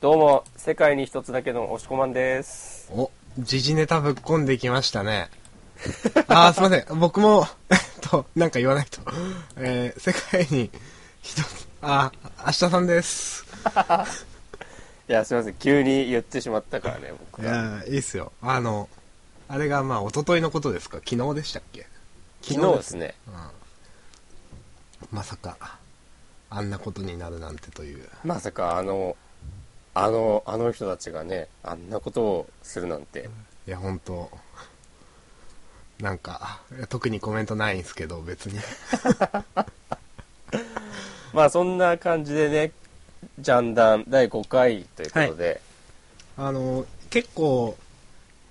どうも、世界に一つだけの押し込まんです。お、時事ネタぶっこんできましたね。あー、すいません。僕も、えっと、なんか言わないと。えー、世界に一つ、あー、明日さんです。いや、すみません、急に言ってしまったからね、い僕が。やーいいっすよ。あの、あれがまあ、一昨日のことですか昨日でしたっけ昨日です。ね。まさか、あんなことになるなんてという。まさか、あの、あの、あの人たちがね、あんなことをするなんて。いや、本当なんか、いや特にコメントないんすけど、別に。まあ、そんな感じでね、ジャンダン第5回ということで、あの結構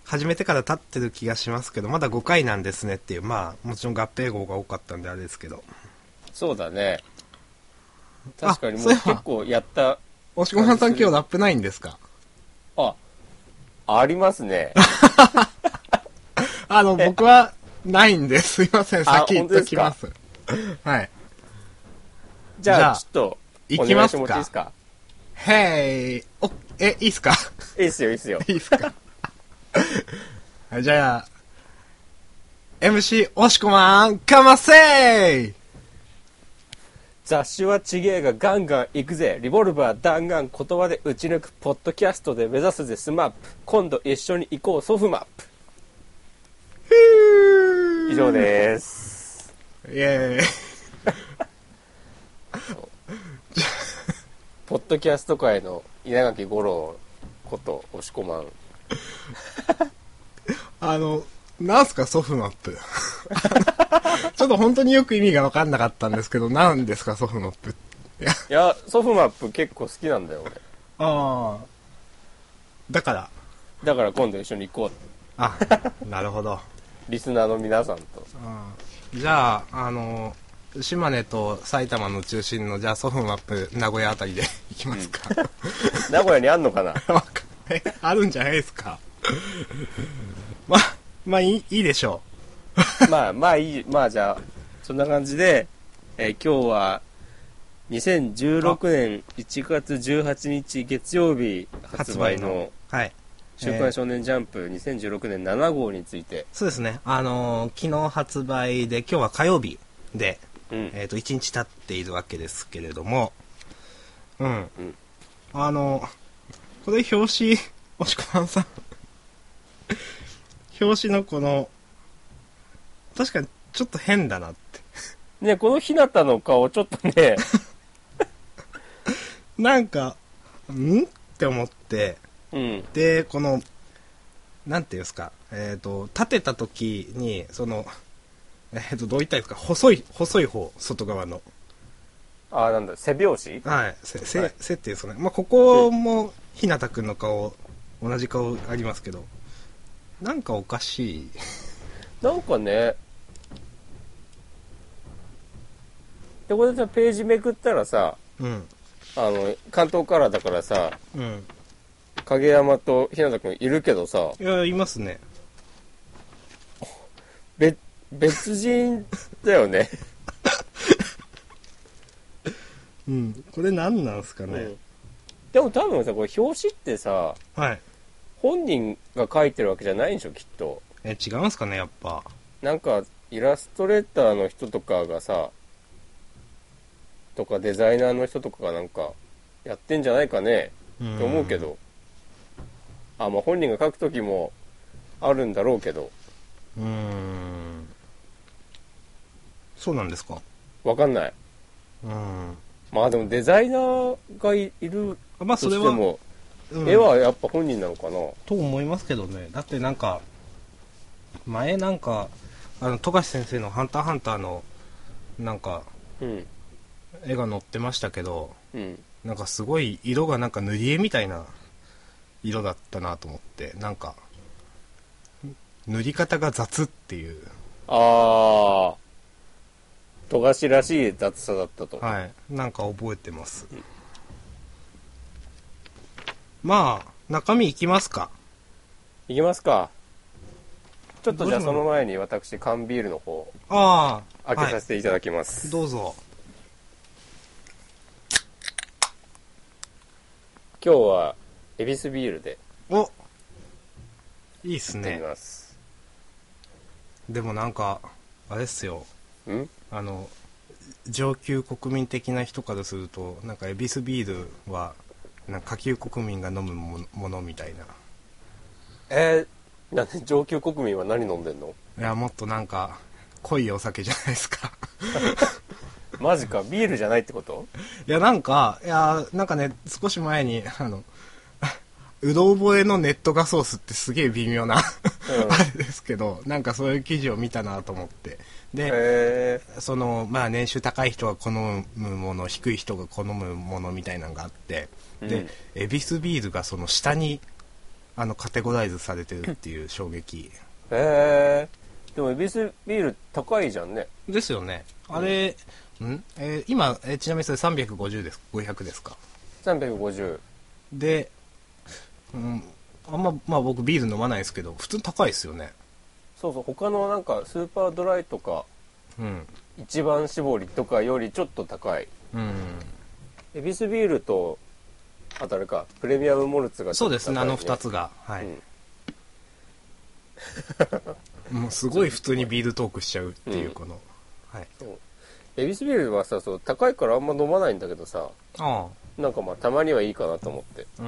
始めてから経ってる気がしますけどまだ5回なんですねっていうまあもちろん合併号が多かったんであれですけどそうだね。確かにもうそういえば結構やった、押し込まんさん今日ラップないんですかあ、あります ね。あの僕はないんですいません先言っときますはいじゃあ、ちじょっ行と、おき願まいしてすもらっていいですかかへいおえいいっすか いいっすよ、いいっすよ。いいっすかはいじゃあ MC 押し込まんかませー雑誌はちげえがガンガン行くぜリボルバー弾丸言葉で打ち抜くポッドキャストで目指すぜスマップ今度一緒に行こうソフマップ以上ですイエーイポッドキャスト界の稲垣吾郎こと押し込まんあの、なんすか、ソフマップ。 ちょっと本当によく意味が分かんなかったんですけど、なんですか、ソフマップ。いや、いやソフマップ結構好きなんだよ俺ああ。だから、だから今度一緒に行こうあ、なるほど。リスナーの皆さんとじゃあ、あの、島根と埼玉の中心の、じゃあソフマップ、名古屋あたりで 行きますか。名古屋にあんのかなわかんないあるんじゃないですか。 ま、まあ、いい、いいでしょまあまあいいまあじゃあそんな感じで、えー今日は2016年1月18日月曜日う。発売のはい。 「週刊少年ジャンプ」2016年7号について、そうですね。あのー昨日発売で、今日は火曜日で、うんえっ、と、1日経っているわけですけれども、うん。うんあのこれ表紙、押し込まんさん。 表紙のこの、確かにちょっと変だなって。ねこの日向の顔ちょっとねなんか、んって思って、 うんでこのなんていうんですかえっ、と立てた時にそのえっ、とどう言ったらいいですか細い細い方外側のああなんだ背拍子はいせせ、はいせっていうんですかねまあここも日向くんの顔同じ顔ありますけどなんかおかしいなんかねでこれでさページめくったらさうんあの関東カラーだからさうん影山と日向君いるけどさいやいますね別別人だよねうんこれ何なんですかね、うんでも多分さこれ表紙ってさはい本人が書いてるわけじゃないんでしょきっとえ違うんすかねやっぱなんかイラストレーターの人とかがさとかデザイナーの人とかがなんかやってんじゃないかねうんって思うけどあまあ本人が書く時もあるんだろうけどうーんそうなんですかわかんないうんまあでもデザイナーがいいるまあとしそてれはも、うん絵はやっぱ本人なのかなと思いますけどねだってなんか前なんかあの富樫先生の「ハンターハンター」のなんかうん絵が載ってましたけどうんなんかすごい色がなんか塗り絵みたいな色だったなと思ってなんか塗り方が雑っていうああ富樫らしい雑さだったと、はいなんか覚えてますまあ中身いきますかい、きますかちょっとどうしじゃあますその前に私缶ビールの方ああ開けさせていただきます、どうぞ今日はエビスビールでおいいっすやってみね。ます。でもなんか、あれっすよ。うんあの、上級国民的な人からすると、なんか、エビスビールは、なんか下級国民が飲むものものみたいな。えー、なんで上級国民は何飲んでんのいや、もっとなんか、濃いお酒じゃないですか。 マジか、ビールじゃないってこといや、なんか、いや、なんかね、少し前に、あの、 うろ覚えのネット画ソースってすげえ微妙な、 あれですけど、なんかそういう記事を見たなと思って。で、へそのまあ年収高い人が好むもの低い人が好むものみたいなのがあってで、うんエビスビールがその下にあのカテゴライズされてるっていう衝撃えへえでもエビスビール高いじゃんねですよねあれ、んえー今、えーちなみにそれ350です500ですか350で、うん、あんま、まあ、僕ビール飲まないですけど普通に高いですよねそうそう他のなんかスーパードライとかうん一番搾りとかよりちょっと高いうんエビスビールとあとあれかプレミアムモルツがちそょうっとです高いねあの2つがはうい、ん もうすごい普通にビールトークしちゃうっていううんこの、はいそうエビスビールはさそう高いからあんま飲まないんだけどさああなんかまあたまにはいいかなと思ってうん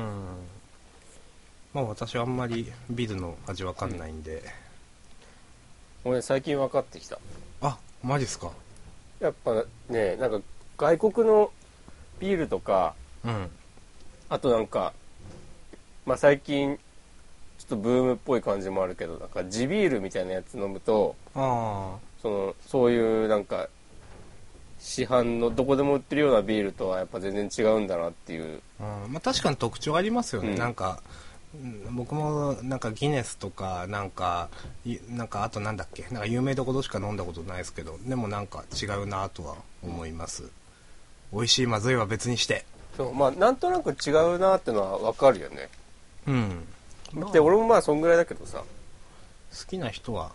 まあ私はあんまりビールの味わかんないんで、俺最近分かってきたあマジっすかやっぱねなんか外国のビールとかうんあとなんか、まあ、最近、ちょっとブームっぽい感じもあるけど、なんか地ビールみたいなやつ飲むと、あその、そういうなんか、市販のどこでも売ってるようなビールとはやっぱ全然違うんだなっていう。あ、うんまあ、確かに特徴ありますよね、うんなんかうん僕もなんかギネスとかなんかいなんかあとなんだっけなんか有名どころしか飲んだことないですけどでもなんか違うなとは思います、美味しいまずいは別にしてそう、まあなんとなく違うなってのはわかるよね。うんまあで、好俺もまあそんぐらいだけどさ。きな人は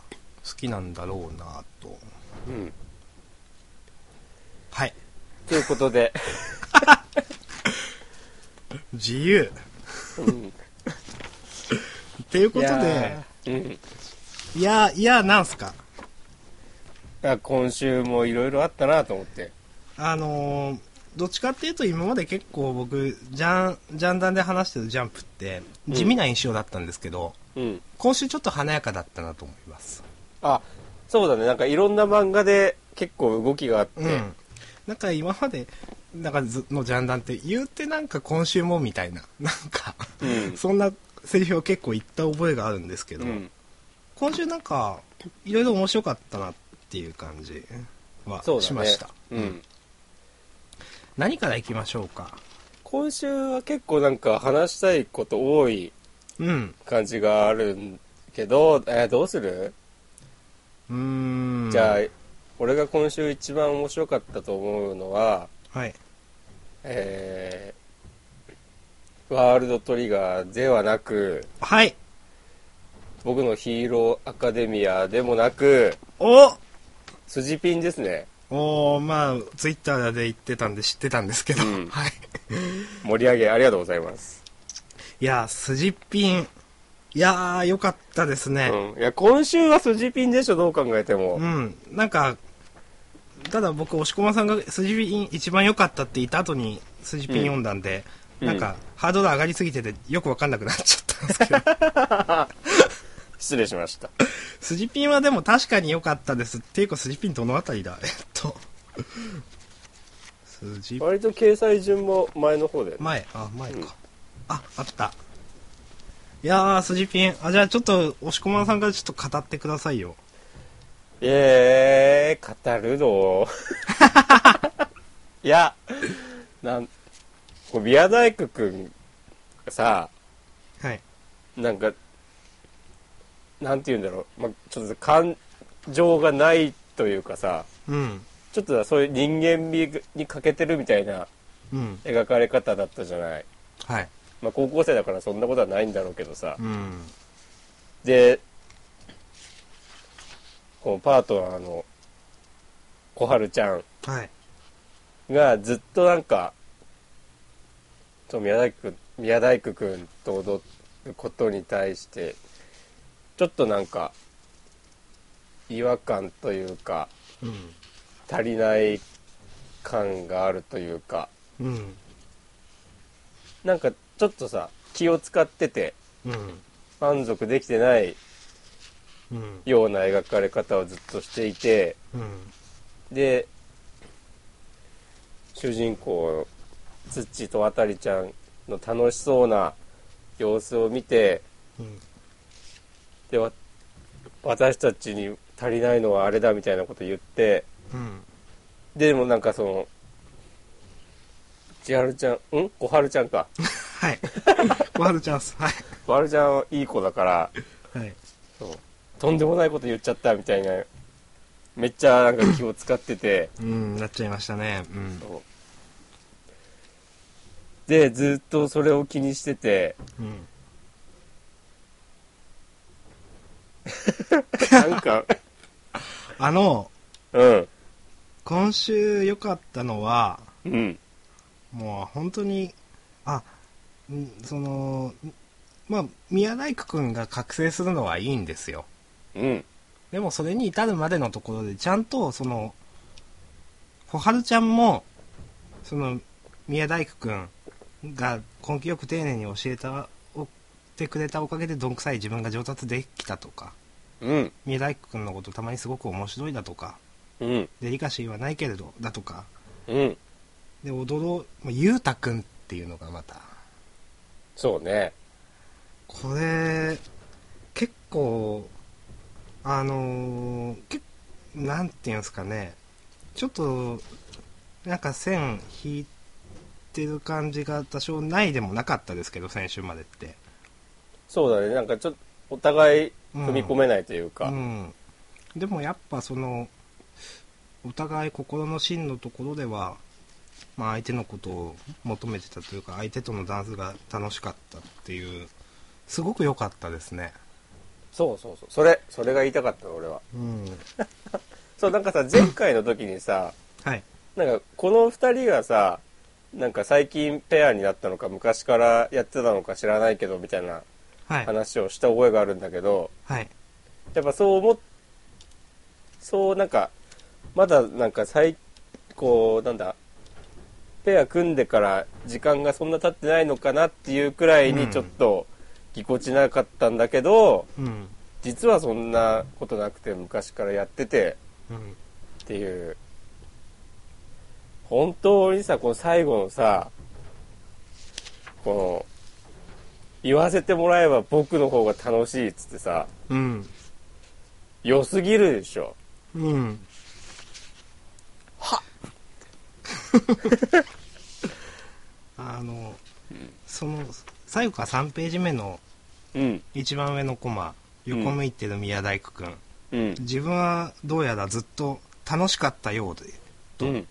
好きなんだろうなとうん。はいということで、自由うん。 っていうこといでやー うん。いいやー、いやー、なんすか。や今週もいろいろあったなと思って。あのー、どっちかっていうと今まで結構僕、ジャン、ジャンダンで話してるジャンプって、ん地味な印象だったんですけど、うん。今週ちょっと華やかだったなと思います。あ、そうだね。なんかいろんな漫画で結構動きがあって。うん。なんか今まで、なんかずのジャンダンって言うてなんか今週もみたいな、 なんか、うんそんなセリフを結構言った覚えがあるんですけど、うん、今週なんか、いろいろ面白かったなっていう感じはそうだねしました。うん、何からいきましょうか。今週は結構なんか話したいこと多いうん。感じがあるんけど、えーどうする、うーん。じゃあ、俺が今週一番面白かったと思うのは、はい。えーワールドトリガーではなく、はい。僕のヒーローアカデミアでもなく、お筋ピンですね。おーまあ、ツイッターで言ってたんで知ってたんですけど、うん はい。盛り上げありがとうございます。いやー、筋ピン。いやー、よかったですね。うん、いや、今週は筋ピンでしょ、どう考えても。うん。なんか、ただ僕、押駒さんが筋ピン一番良かったって言った後に筋ピン読んだんで、うんなんか、ハードル上がりすぎててよくわかんなくなっちゃったん ですけど、失礼しました。筋ピンはでも確かに良かったです。っていうか、筋ピンどのあたりだえっと、筋ピン、割と掲載順も前の方で、前、あ、前か。うんあ、あった。いやー、筋ピン。あ、じゃあちょっと、押し込まさんからちょっと語ってくださいよ。えー、語る のいや、なん、こうビア大工くんがさ、はい。なんか、なんて言うんだろう、まあ、ちょっと感情がないというかさ、うん。ちょっとそういう人間味に欠けてるみたいなうん。描かれ方だったじゃない。はい。まあ、高校生だからそんなことはないんだろうけどさう。ん。で、こうパートナーの小春ちゃんはい。がずっとなんか、そう宮崎くん、宮大工くんと踊ることに対してちょっとなんか違和感というかうん足りない感があるというかうんなんかちょっとさ気を使っててうん満足できてないうんような描かれ方をずっとしていてうんで主人公ツッチーと渡りちゃんの楽しそうな様子を見てうんでわ私たちに足りないのはあれだみたいなこと言ってうんでもなんかその千春ちゃんん小春ちゃんか はい小春ちゃんっすはい小春ちゃんはいい子だからはいそうとんでもないこと言っちゃったみたいなめっちゃなんか気を使ってて。うんなっちゃいましたねうんでずっとそれを気にしててうんなんかあのうん今週良かったのはうんもう本当にあんそのんまあ宮大工君が覚醒するのはいいんですようんでもそれに至るまでのところでちゃんとその小春ちゃんもその宮大工君が根気よく丁寧に教えたおってくれたおかげでどんくさい自分が上達できたとかうん宮大工君のことたまにすごく面白いだとかうんデリカシーはないけれどだとかうんで驚まあゆうたくんっていうのがまたそうねこれ結構あのー、けなんていうんですかねちょっとなんか線引いてる感じが多少ないでもなかったですけど先週までってそうだねなんかちょっとお互いうん踏み込めないというかうん、でもやっぱそのお互い心の芯のところでは、まあ、相手のことを求めてたというか相手とのダンスが楽しかったっていうすごく良かったですねそうそうそうそれそれが言いたかったの俺はうんそうなんかさ前回の時にさはいなんかこの2人がさなんか最近ペアになったのか昔からやってたのか知らないけどみたいなはい話をした覚えがあるんだけど、はいやっぱそう思っそうなんかまだなんか最こうなんだペア組んでから時間がそんな経ってないのかなっていうくらいにうんちょっとぎこちなかったんだけど、うん実はそんなことなくて昔からやっててうんっていう本当にさこの最後のさこの言わせてもらえば僕の方が楽しいっつってさうん良すぎるでしょうんは あの、その最後か3ページ目のうん一番上のコマ横向いてる宮大工君、うん自分はどうやらずっと楽しかったようでうん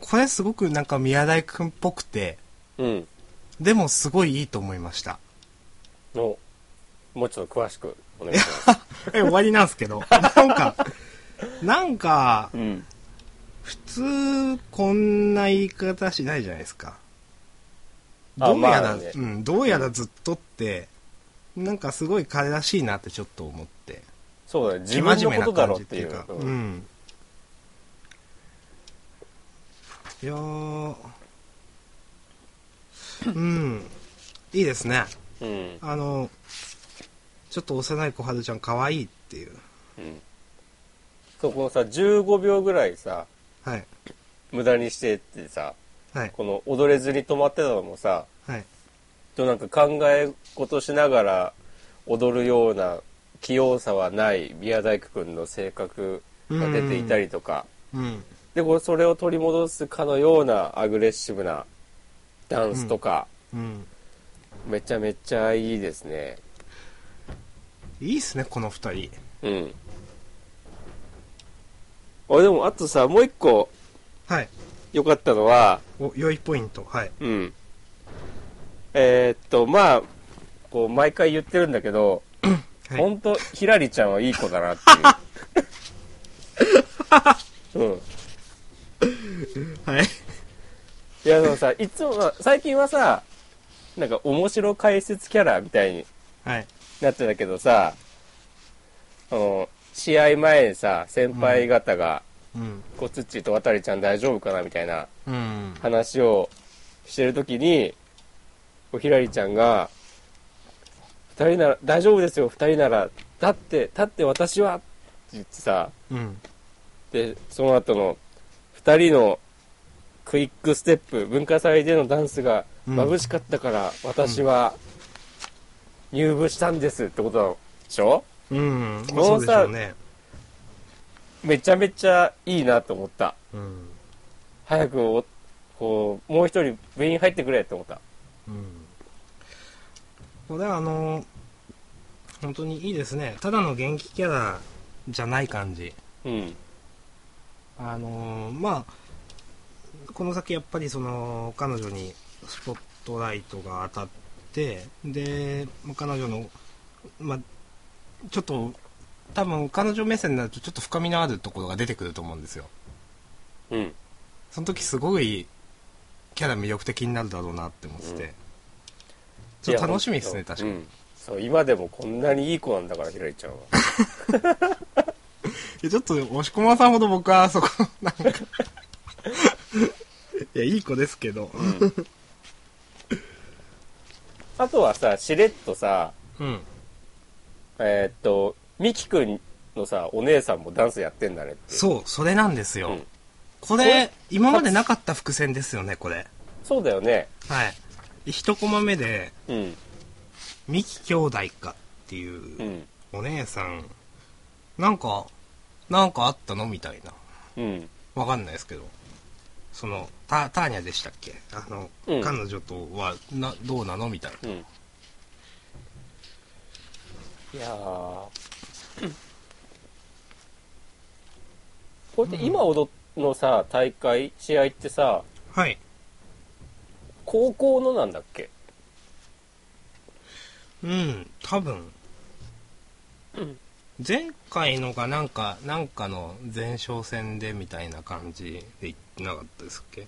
これすごくなんか宮大君っぽくてうんでもすごいいいと思いましたのもうちょっと詳しくお願いしますえ終わりなんですけどなんかなんかうん普通こんな言い方しないじゃないですかあどうやら、まあねうん、どうやらずっとってなんかすごい彼らしいなってちょっと思ってそうだね自分のことだろっていう生真面目な感じっていうかううんんいやーうんいいですねうんあのちょっと幼い小春ちゃん可愛いっていううんそうこのさ15秒ぐらいさはい無駄にしてってさはいこの踊れずに止まってたのもさはいちょっとなんか考え事しながら踊るような器用さはない宮大工くんの性格が出ていたりとか、うんでこうそれを取り戻すかのようなアグレッシブなダンスとか、うんめちゃめちゃいいですねいいっすねこの二人うんあでもあとさもう一個はい良かったのはお良いポイントはいうんえーっとまあこう毎回言ってるんだけど、はいほんとひらりちゃんはいい子だなっていう うんはいいやでもさいつも最近はさなんか面白解説キャラみたいにはい。なってたけどさ、あの、試合前にさ、先輩方が、うん。こう、つっちーと渡ちゃん大丈夫かなみたいなうん。話をしてるときに、こうひらりちゃんが、二人なら、大丈夫ですよ、二人なら、だって、立って私はって言ってさ、うん。で、その後の、二人のクイックステップ、文化祭でのダンスがうん眩しかったから、私は入部したんですってことでしょうん。こまあのそうでしょうね。めちゃめちゃいいなと思った。うん。早くお、こう、もう一人部員入ってくれって思った。うん。これはあの、本当にいいですね。ただの元気キャラじゃない感じ。うん。あのーまあ、この先やっぱりその、彼女にスポットライトが当たって、で、まあ彼女の、まあ、ちょっと、多分彼女目線になるとちょっと深みのあるところが出てくると思うんですよ。うん。その時すごいキャラ魅力的になるだろうなって思ってて。うんちょっと楽しみですいね、や確かに。うんそう、今でもこんなにいい子なんだから、ひらりちゃんは。いや、ちょっと、押し込まさんほど僕は、そこ、なんか。 いや、いい子ですけど。あとはさ、しれっとさ、うん。えーっと、みきくんのさ、お姉さんもダンスやってんだねって。そう、それなんですよ。うんここれれ、今までなかった伏線ですよね、これ。そうだよね。はい。一コマ目で、うん。ミキ兄弟かってういう、ん。お姉さん、なんか、なんかあったのみたいな。うん。わかんないですけど。その、タターニャでしたっけあの、うん彼女とは、な、どうなのみたいな。うん。いやー。こうやって今踊のさ、大会、試合ってさ、はい。高校のなんだっけうん、多分。前回のがなんか、なんかの前哨戦でみたいな感じで言ってなかったですっけ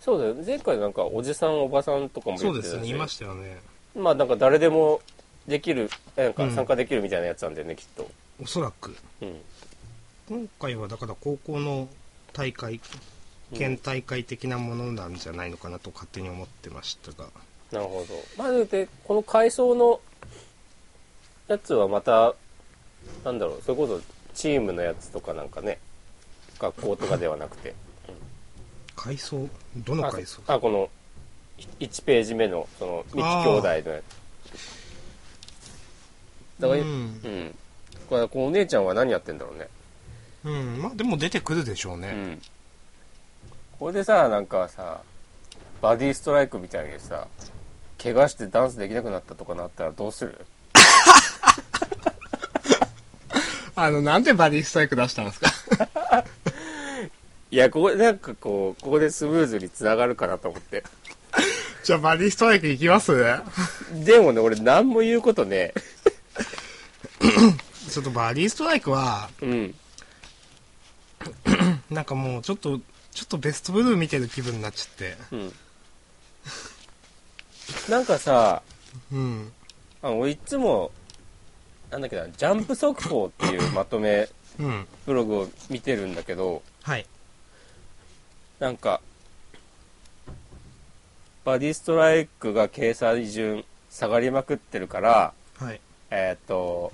そうだよね。前回なんかおじさん、おばさんとかもそう言っでてたしすね、いましたよね。まあなんか誰でもできる、なんうかん参加できるみたいなやつなんだよね、きっと。おそらく。うん。今回はだから高校の大会、県大会的なものなんじゃないのかなと勝手に思ってましたが。なるほど。まあで、この階層のやつはまた、なんだろう、それこそチームのやつとかなんかね、学校とかではなくて。階層どの階層あ、この、い1ページ目の、その、三木兄弟のやつ。だから、ううんん。これ、このお姉ちゃんは何やってんだろうね。うん、まあでも出てくるでしょううね。ん。これでさ、なんかさ、バディストライクみたいにさ、怪我してダンスできなくなったとかなったらどうするあの、なんでバディストライク出したん ですかいや、ここ、なんかこう、ここでスムーズに繋がるかなと思って。じゃあバディストライクいきますでもね、俺何も言うことねちょっとバディストライクは、え。うん。なんかもうちょっと、ちょっとベストブルー見てる気分になっちゃって。うん。なんかさ、うん。あの、俺いつも、なんだっけな、ジャンプ速報っていうまとめうん。ブログを見てるんだけど、はい。なんか、バディストライクが掲載順下がりまくってるから、はい。えっ、と、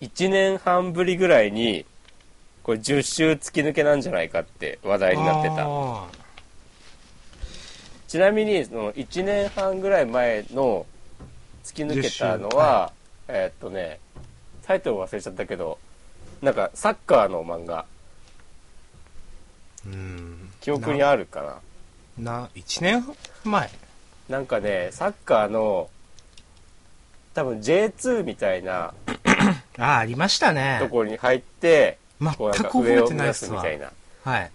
1年半ぶりぐらいに、これ10週突き抜けなんじゃないかって話題になってた。あちなみに、その1年半ぐらい前の突き抜けたの10週は、はえっ、とね、タイトル忘れちゃったけど、なんかサッカーの漫画、ーうん。記憶にあるかな。な、1年前なんかね、サッカーの、多分 J2 みたいなああ、ありましたとね。ころに入って、全こうくなんか覚上えをて目ないっ指すすみわた。いな。はい。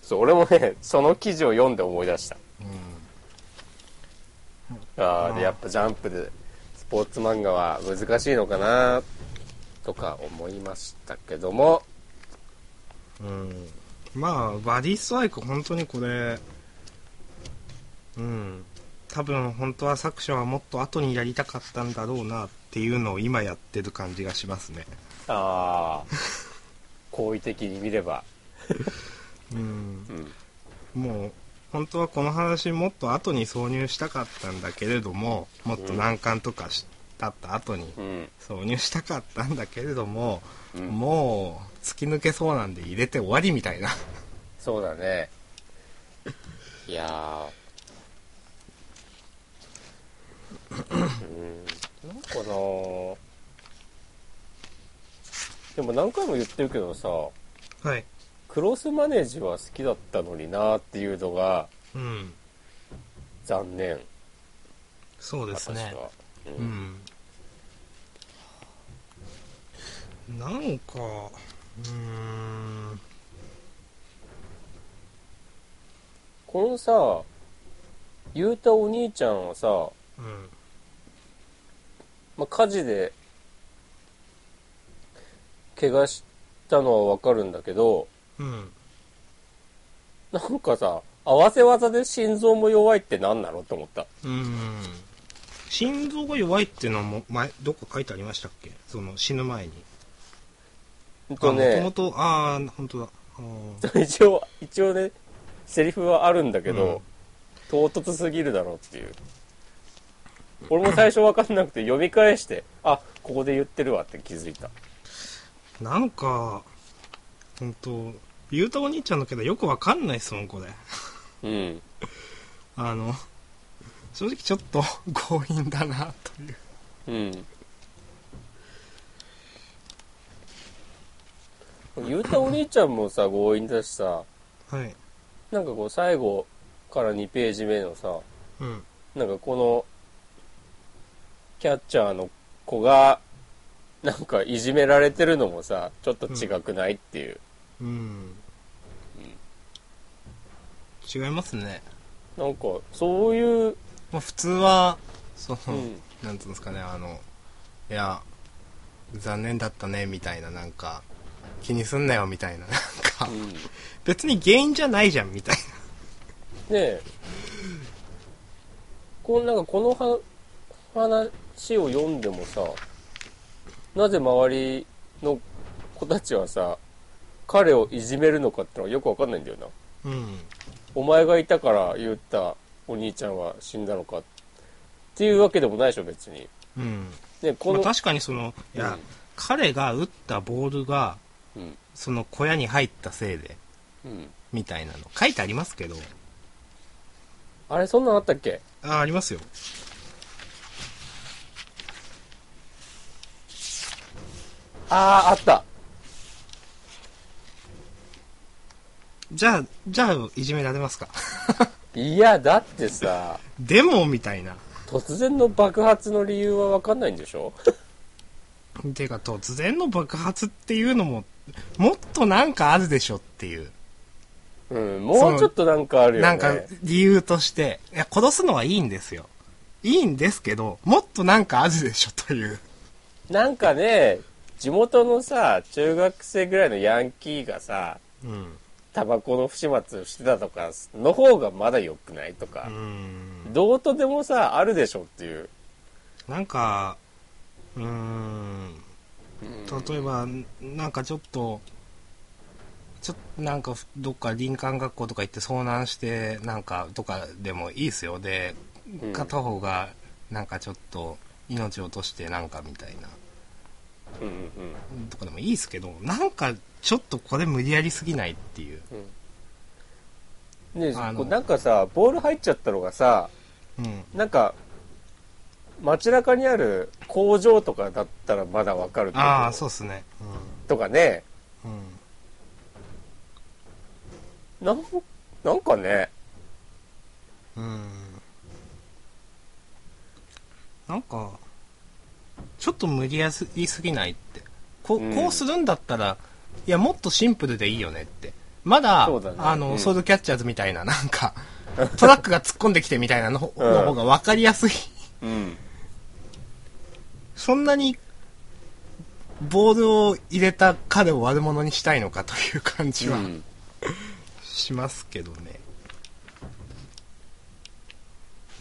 そう、俺もね、その記事を読んで思い出した。ああ、うんで、やっぱジャンプでスポーツ漫画は難しいのかな、とか思いましたけども、うん。まあ、バディストライク、本当にこれ、うん。多分本当は作者はもっと後にやりたかったんだろうなっていうのを今やってる感じがしますねああ 好意的に見ればうんうんもう本当はこの話もっと後に挿入したかったんだけれどももっと難関とかしたった後にうん挿入したかったんだけれども、うんもう突き抜けそうなんで入れて終わりみたいなそうだねいやーうんなんかなーでも何回も言ってるけどさはいクロスマネージは好きだったのになーっていうのがうん残念そうですね私は、うんうんなんかうーんこのさ言うたお兄ちゃんはさ、うんまあ、火事で怪我したのはわかるんだけどうんなんかさ合わせ技で心臓も弱いって何なのって思ったうん心臓が弱いっていうのも前どっか書いてありましたっけその死ぬ前にほんとあねもともとああ本当だあー一応一応ねセリフはあるんだけうんど、唐突すぎるだろっていう俺も最初わかんなくて読み返してあここで言ってるわって気づいたなんか本当ゆうたお兄ちゃんのけどよくわかんないっすもんこれうんあの正直ちょっと強引だなといううんゆうたお兄ちゃんもさ強引だしさはいなんかこう最後から2ページ目のさうんなんかこのキャッチャーの子がなんかいじめられてるのもさちょっと違くないっていう、うん違いますねなんかそういう、まあ普通はその、うんなんつうんですかねあのいや残念だったねみたいななんか気にすんなよみたいななんかうん、ね別に原因じゃないじゃんみたいえこのなんかこのは話を読んでもさなぜ周りの子たちはさ彼をいじめるのかってのはよくわかんないんだよななうんお前がいたから言ったお兄ちゃんは死んだのかっていうわけでもないでしょ別にうんねこまの、あ、確かにそのいや、うん彼が打ったボールがうんその小屋に入ったせいでうんみたいなの書いてありますけどあれそんなのあったっけあありますよあああったじゃあじゃあいじめられますかいやだってさでもみたいな突然の爆発の理由は分かんないんでしょてか突然の爆発っていうのももっとなんかあるでしょっていううんもうちょっとなんかあるよねなんか理由として、いや、殺すのはいいんですよ。いいんですけど、もっとなんかあるでしょという。なんかね地元のさ中学生ぐらいのヤンキーがさうん。タバコの不始末をしてたとかの方がまだ良くないとか、ん。どうとでもさあるでしょっていうなんか、うーん。例えば、なんかちょっと、ちょっとなんかどっか林間学校とか行って遭難して、なんかとかでもいいですよ。で、うん片方がなんかちょっと命を落としてなんかみたいな。うんうんとかでもいいですけど、なんかちょっとこれ無理やりすぎないっていう。うんねあのこうなんかさボール入っちゃったのがさうん。なんか街中にある工場とかだったらまだわかるけどああそうっすねとかねうん、なんなんかねうんうん、なんかちょっと無理やりすぎないってこうんこうするんだったら、いやもっとシンプルでいいよねってまだそうだねあの、うんソウルキャッチャーズみたいななんかトラックが突っ込んできてみたいなの,、うんの方が分かりやすいうんそんなにボールを入れた彼を悪者にしたいのかという感じはうんしますけどね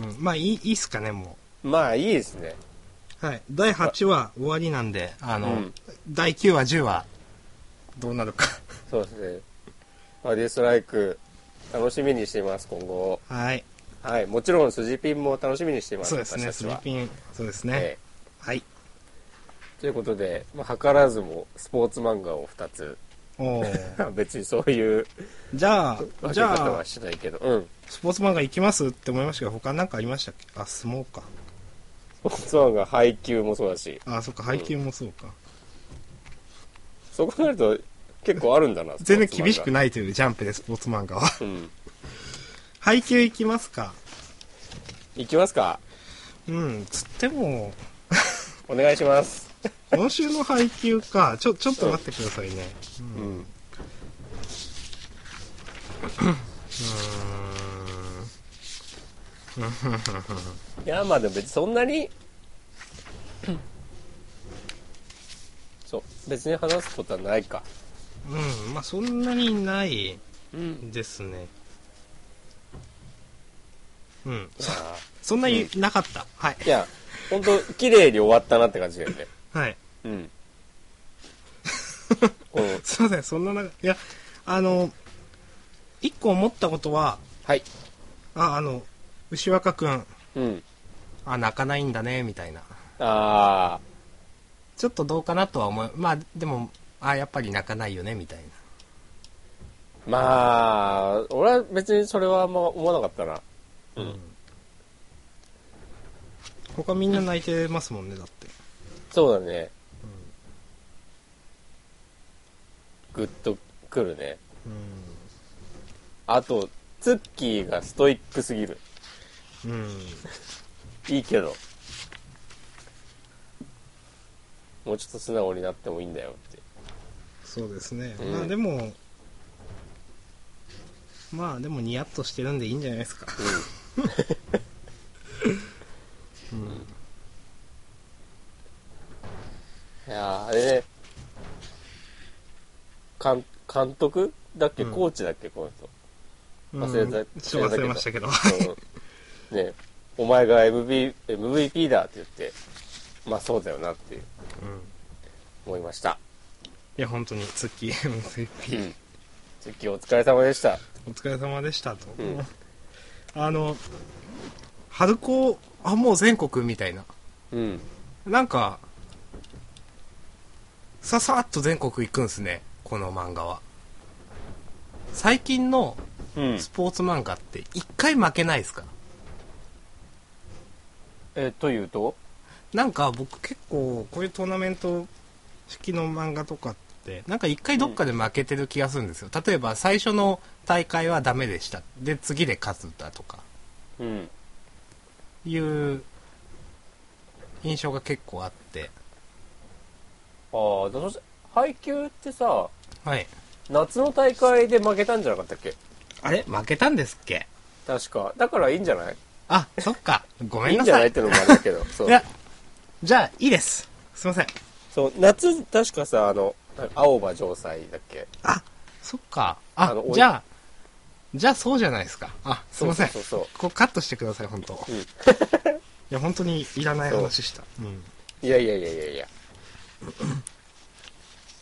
うん、まあいいいいっすかねもまあいいですね。うはい第8話終わりなんであの、うん第9話10話どうなるかそうですね。バディストライク、楽しみにしています、今後。はい はい、もちろん、スジピンも楽しみにしています、そうですね私たちスリはピンそうですね、えはいえということで、まあ、図らずもスポーツ漫画を2つ。 おー別にそういうじゃあ 分じけゃ方あはしないけど、うん。スポーツ漫画行きますって思いましたけど他なんかありましたっけあ相撲かスポーツ漫画、配給もそうだし、あそっか配給もそうか、そう考えると結構あるんだな、全然厳しくなないというジャンプでスポーツ漫画は うん。配給行きますかいきますか。うんつってもお願いします。今週の配給かちょちょっと待ってくださいねうんううーんん。いや、まあでも別にそんなに、そう、別に話すことはないか。うんまあそんなにないうん。ですねうんいやーそんなになかった、はいいや、ほんと、綺麗に終わったなって感じだよね。はい うん。うん、すいませんそんな中いやあの一個思ったことははい。ああの牛若くんうん。あ泣かないんだねみたいなあちょっとどうかなとは思うまあでもあやっぱり泣かないよねみたいなー、まあ、俺は別にそれはあんま思わなかったな。他みんな泣いてますもんねだってそうだね。グッとくるね。うあと、ツッキーがストイックすぎる。ん、うん、いいけど。もうちょっと素直になってもいいんだよって。そうですね、うんまあでもまあでもニヤッとしてるんでいいんじゃないですかいやーあれね、監監督だっけ、うんコーチだっけこの人。忘れたうんちょっと忘れましたけどうんね、お前が MV MVP だって言って、まあそうだよなってうん思いました。いや本当に月 MVP ツッキーお疲れ様でした。お疲れ様でしたと、うんあの春高あもう全国みたいなうん。なんかささっと全国行くんすねこの漫画は最近のうんスポーツ漫画って一回負けないですかえ、というとなんか僕結構こういうトーナメント式の漫画とかってなんか一回どっかで負けてる気がするんですよ、例えば最初の大会はダメでしたで次で勝つだとかうん。いう印象が結構あってああ、だとし配給ってさ、はい夏の大会で負けたんじゃなかったっけあれ負けたんですっけ確か。だからいいんじゃないあそっかごめいんいんなじゃさないいってのもあれだ けど。そういやじゃあいいですすいませんそう、夏、確かさ、あの、青葉城西だっけあそっかああのおいじゃあじゃあそうじゃないですかあすいませんそうそうそうここカットしてください本当、うん いや本当にいらない話した、うん、そう。いやいやいやいやいや。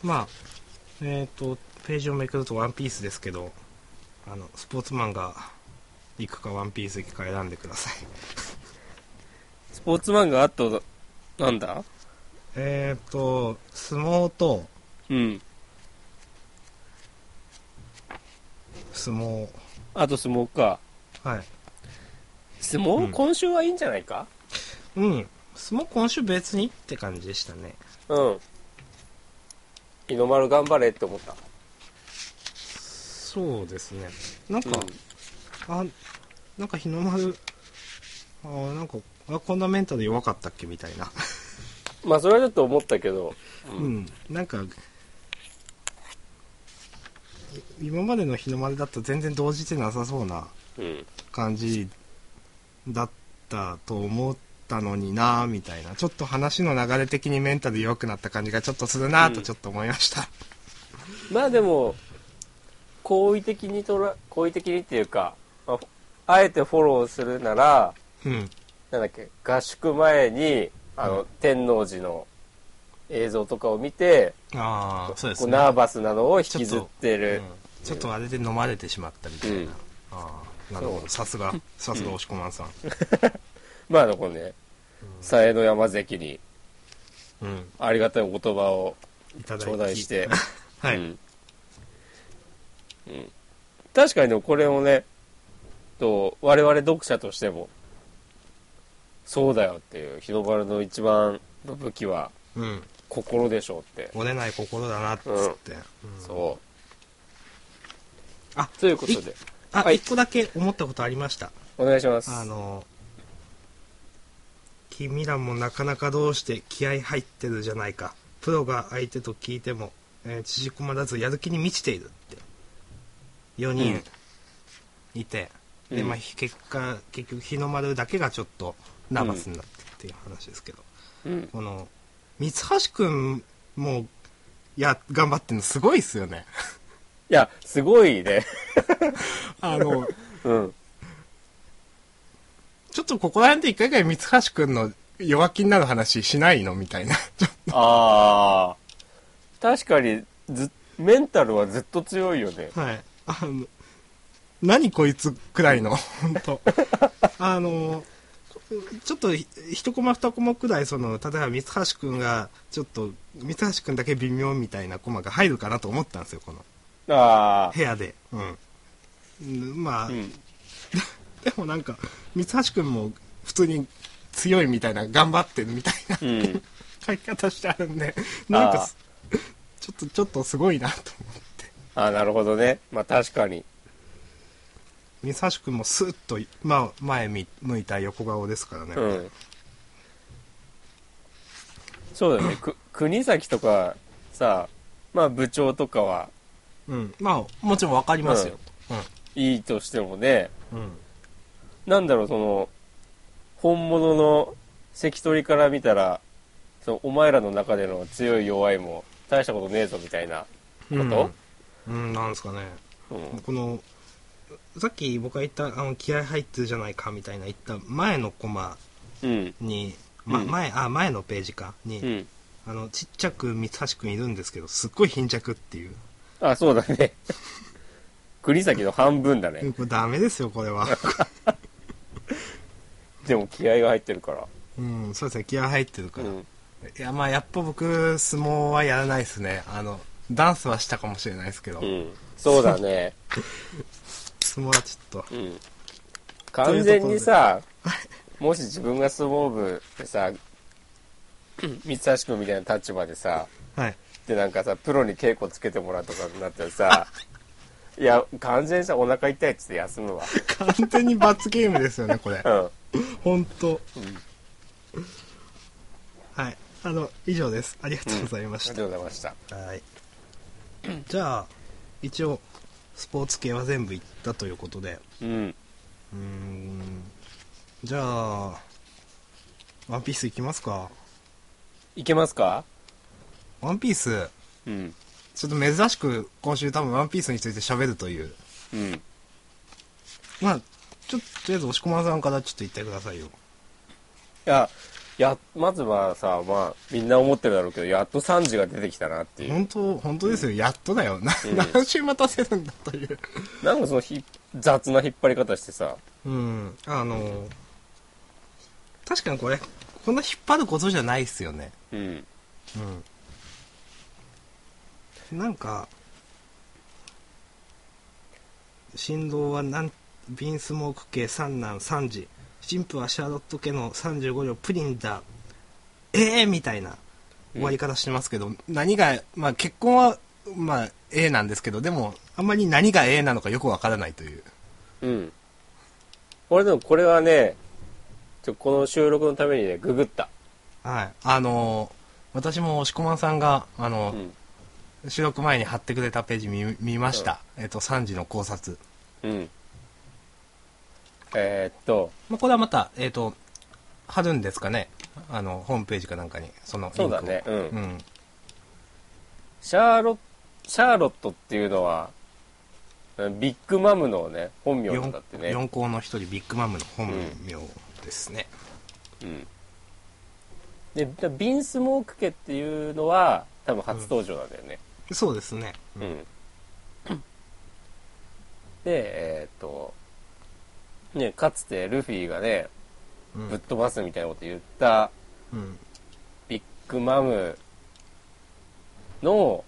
まあえっ、とページをめくると「ワンピースですけどあのスポーツマンが行くか「ワンピース行くか選んでください スポーツ漫画あと、なんだえっと相撲とうん。相撲あと相撲か。はい相撲、うん今週はいいんじゃないかうん相撲今週別にって感じでしたねうん。日の丸頑張れって思った。そうですねなんか、うんあなんか日の丸あーなんかあこんなメンタル弱かったっけみたいなまあ、それはちょっと思ったけど、うん、なんかい今までの日の丸だと全然動じてなさそうなうん。感じだったと思ったのになみたいなちょっと話の流れ的にメンタル弱くなった感じがちょっとするなうとんちょっと思いました、まあでも、好意的にとら、好意的にっていうか、まああえてフォローするなら、うん。なんだっけ合宿前にあの、天王寺の映像とかを見て、ああ、そうですこうね。ナーバスなのを引きずってる、うんちょっとあれで飲まれてしまったみたいな。うんああ、なるほそど。うさすが、さすが押し込まんさん。まああのこのね佐江の山関にうん。ありがたいお言葉をいただ頂戴して。はうい。んうん確かにでもこれもねと我々読者としてもそうだよっていう日の丸の一番の武器はうん。心でしょうって、折れない心だなっつって、うんそうあということであ、一、はい個だけ思ったことありましたお願いしますあの君らもなかなかどうして気合入ってるじゃないかプロが相手と聞いても、えー縮こまらずやる気に満ちているって4人いて、うんでまあ、結果結局日の丸だけがちょっとナーバスになってっていう話ですけど、うんこの三橋君もいや頑張ってるのすごいですよねいやすごいね あのうん ちょっとここら辺で一回ぐらい三橋くんの弱気になる話しないのみたいな。 ちょああ確かにずメンタルはずっと強いよねはい。あの、何こいつくらい の、本当あの、ちょっとひ一コマ二コマくらい、その、例えば三橋くんが、ちょっと、三橋くんだけ微妙みたいなコマが入るかなと思ったんですよ、このあ部屋で。うん。うんまあ、あうんでもなんか、三橋くんも普通に強いみたいな、頑張ってるみたいなうん書き方してある んで、なんあかーす、ちょっと、ちょっとすごいなと思って。ああなるほどねまあ確かに三橋君もスッと、まあ、前見向いた横顔ですからね、うん、そうだよねく国崎とかさまあ部長とかはうんまあもちろん分かりますよ、いいとしてもねうんうんなんだろうその本物の関取から見たらそのお前らの中での強い弱いも大したことねえぞみたいなことうん、うんなんですかねうん、このさっき僕が言ったあの気合入ってるじゃないかみたいな言った前のコマうんに、まうん前あ前のページかに、うん、あのちっちゃく三橋君いるんですけどすっごい貧弱っていう、あそうだね国崎の半分だねこれダメですよ これはでも気合が入ってるから、うんそうですね気合入ってるかうら、ん、いやまあやっぱ僕相撲はやらないですねあのダンスはしたかもしれないですけど、うん、そうだね相撲はちょっとうん完全にさ、もし自分が相撲部でさ、三橋君みたいな立場でさ、はいでなんかさ、プロに稽古つけてもらうとかになったらさ、いや、完全にさ、お腹痛いっつって休むわ。完全に罰ゲームですよね これうん。本当、はいあの以上ですありがとうございまありしがたと、うございました。はいじゃあ一応スポーツ系は全部いったということでうん。うーんじゃあワンピースいきますかいけますかワンピースうん。ちょっと珍しく今週多分ワンピースについて喋るといううん。まあ、ちょっと、とりあえず、押し込まさんからちょっと言ってくださいよ。いや、や、まずはさ、まあ、みんな思ってるだろうけど、やっとサンジが出てきたなっていう。本当、本当ですよ。やっとだよ。なうん何週待たせるんだという。なんかそのひ、雑な引っ張り方してさ、うん。あの、確かにこれ、こんな引っ張ることじゃないですよね。うん。うん。なんか、振動はなん、ビンスモーク系三男三時。神父はシャーロット家の35両プリンだ。ええみたいな。終わり方してますけど、何が、まあ結婚は、まあ A なんですけど、でも、あんまり何が A なのかよくわからないという。うん。俺でもこれはね、ちょこの収録のためにね、ググった。はい。あのー私も押駒さんが、あのう、ん。収録前に貼ってくれたページ見見ました。えっと、3時の考察。うん。えーっと、まあこれはまた、えっと、貼るんですかね。あの、ホームページかなんかに、そのリンクそをうだね。うん。うん。シャーロット、シャーロットっていうのは、ビッグマムのね、本名なんだってね。四校の一人、ビッグマムの本名ですねうんでだビンスモーク家っていうのは多分初登場なんだよねそうですね、ううんん、でえーっとねかつてルフィがねうんぶっ飛ばすみたいなこと言ったうんビッグマムの、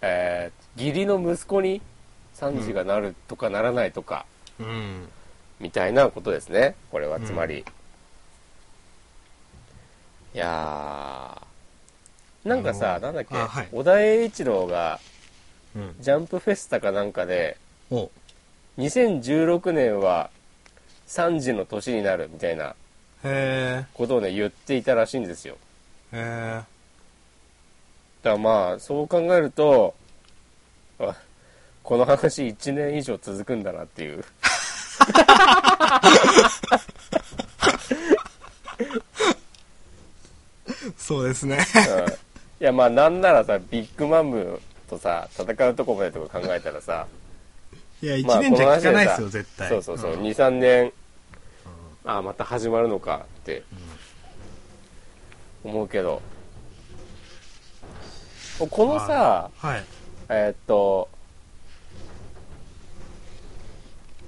えー義理の息子に惨事がなるとかならないとか、うんみたいなことですねこれはつまり、うんいやーなんかさあのなんだっけ、あはい小田栄一郎がうんジャンプフェスタかなんかでお2016年は惨事の年になるみたいなへことをね言っていたらしいんですよえへだからまあそう考えるとあこの話1年以上続くんだなっていうえそうで すねうんいやまあなんならさビッグマムとさ戦うとこまでとか考えたらさいやまあ1年じゃ聞かないですよ、この話さ絶対そうそうそう、ん23年ああまた始まるのかって思うけど、このさはいえーっと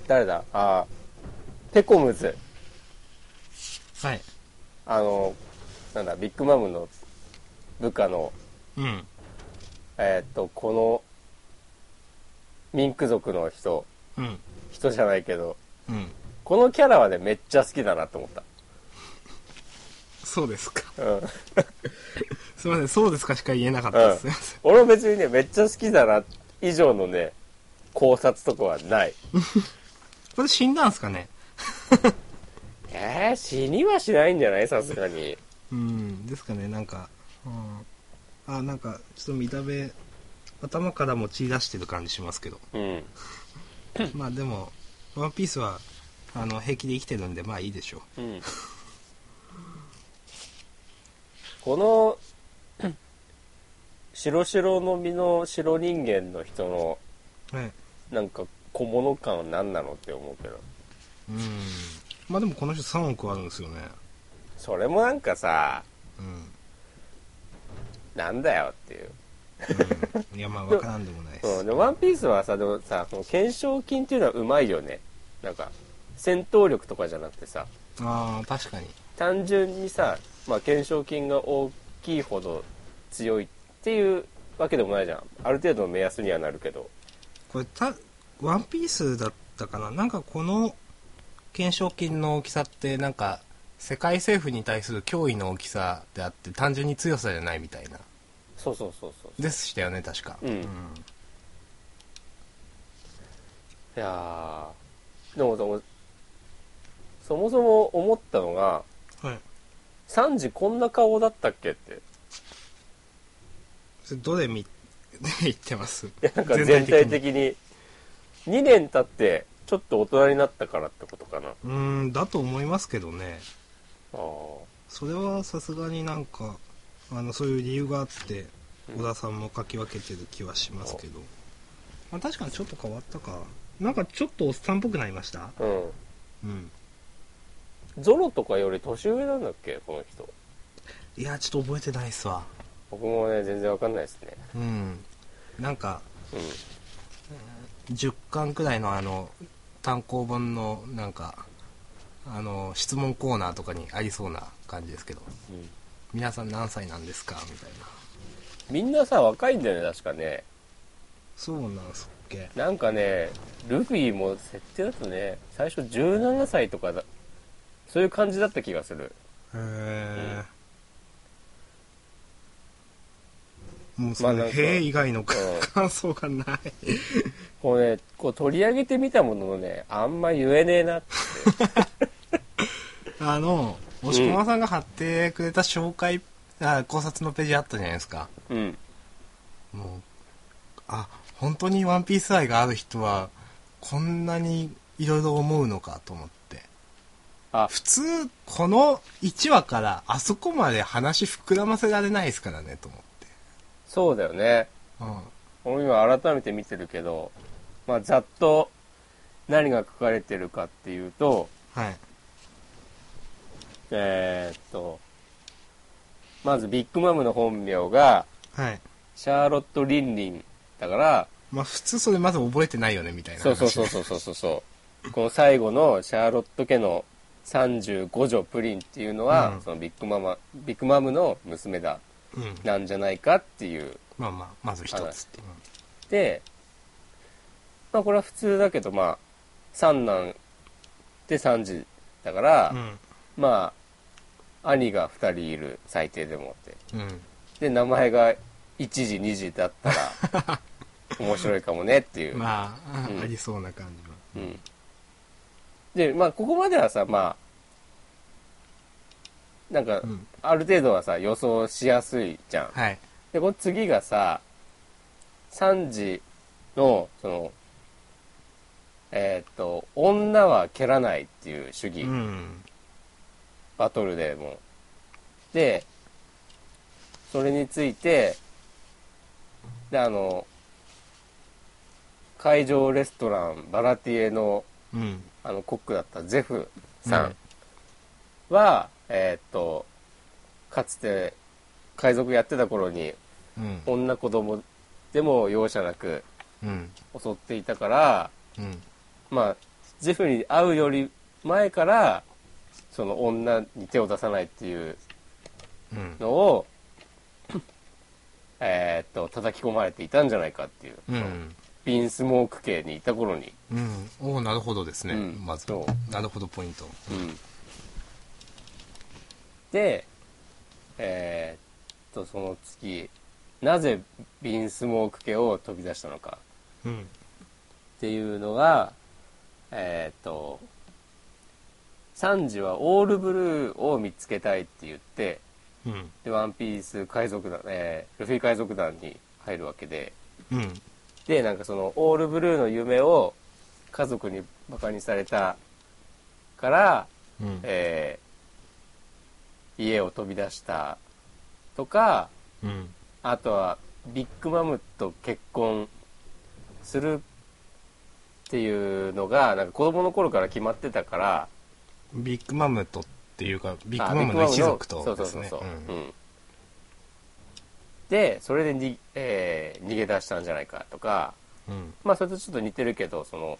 誰だあペコムズはいあのなんだビッグマムの部下のうんえーっとこのミンク族の人うん人じゃないけどうんこのキャラはねめっちゃ好きだなと思っそうですかた、うん、すいませんそうですかしか言えなかったです、うんすいません俺も別にねめっちゃ好きだな以上のね考察とかはないこれ死んだんすかねえー、死にはしないんじゃないさすがにうんですかねなんか、うん、あなんかちょっと見た目頭からも血出してる感じしますけどうんまあでも「ワンピースはあの平気で生きてるんでまあいいでしょうんこの 白白の実の白人間の人のうはいなんか小物感は何なのって思うけどうんまあでもこの人3億あるんですよねそれもなんかさうん、なんだよっていううん、いやまあ分からんでもないですうん、でもワンピースはさ、でもさ、この懸賞金っていうのはうまいよね。なんか、戦闘力とかじゃなくてさ、ああ確かに単純にさ、まあ、懸賞金が大きいほど強いっていうわけでもないじゃん。ある程度の目安にはなるけど。これた「ワンピースだったかななんかこの懸賞金の大きさってなんか世界政府に対する脅威の大きさであって単純に強さじゃないみたいなそうそうそうそう。でしたよね確かうんいやー、でもそも、そもそも思ったのが、はいサンジこんな顔だったっけって。いそれどれ見 言ってますや、なんか全体的に、2年経って、ちょっと大人になったからってことかな。うーんだと思いますけどねあーそれはさすがになんかあのそういう理由があってうん小田さんも書き分けてる気はしますけど、まあ、確かにちょっと変わったかなんかちょっとおっさんっぽくなりましたうん。うんゾロとかより年上なんだっけこの人いやちょっと覚えてないっすわ僕もね全然わかんないですねうんなんかうん10巻くらいのあの単行本のなんかあの質問コーナーとかにありそうな感じですけど皆さん何歳なんですかみたいなみんなさ若いんだよね確かねそうなんすっけなんかねルフィも設定だとね最初17歳とかだそういう感じだった気がするへえもうまそあなのん「かへえ」以外のかうん感想がないこうねこう取り上げてみたもののねあんま言えねえなってあの押駒さんが貼ってくれた紹介、あ考察のページあったじゃないですかうんもうあ本当に「ワンピース愛がある人はこんなにいろいろ思うのかと思ってあ普通この1話からあそこまで話膨らませられないですからねと思ってそうだよねうん俺今改めて見てるけどまあざっと何が書かれてるかっていうと、はい。えーっと、まずビッグマムの本名が、はい。シャーロット・リンリンだから、まあ普通それまず覚えてないよね、みたいなそう話。そうそうそうそうそうそう。この最後のシャーロット家の35条プリンっていうのは、うんそのビッグママ、ビッグマムの娘だ、う。ん。なんじゃないかっていう。まあまあ、まず一つっていう。で、まあこれは普通だけど、まあ、三男で三児だから、うん。まあ、兄が二人いる、最低でもって。うん。で、名前が一児二児だったら、 面白いかもねっていう。まあ、うんありそうな感じは。うんでまあここまではさまあなんかうん。ある程度はさ予想しやすいじゃん、はい。でこの次がさ3時のそのえーっと「女は蹴らない」っていう主義、うん。バトルでもでそれについてであの会場レストランバラティエのうん。あのコックだったゼフさうんは、えーっとかつて海賊やってた頃にうん。女子供でも容赦なくうん。襲っていたからうん。まあゼフに会うより前からその女に手を出さないっていううん。の をえーっと叩き込まれていたんじゃないかっていう、うん。ビンスモーク系にいた頃に、うん。おおなるほどですね。うんまずそ。なるほどポイント。うん、でえーっとその月なぜビンスモーク家を飛び出したのかうん。っていうのがえーっとサンジはオールブルーを見つけたいって言ってうん。でワンピース海賊団、えールフィ海賊団に入るわけでうん。でなんかそのオールブルーの夢を家族にバカにされたからうん。えー家を飛び出したとかうん。あとはビッグマムと結婚するっていうのがなんか子供の頃から決まってたからビッグマムとっていうか、ビッあグマムの一族とビッグマムのそでうすそうね。そうそう、うんうんでそれでに、えー逃げ出したんじゃないかとかうん。まあそれとちょっと似てるけどその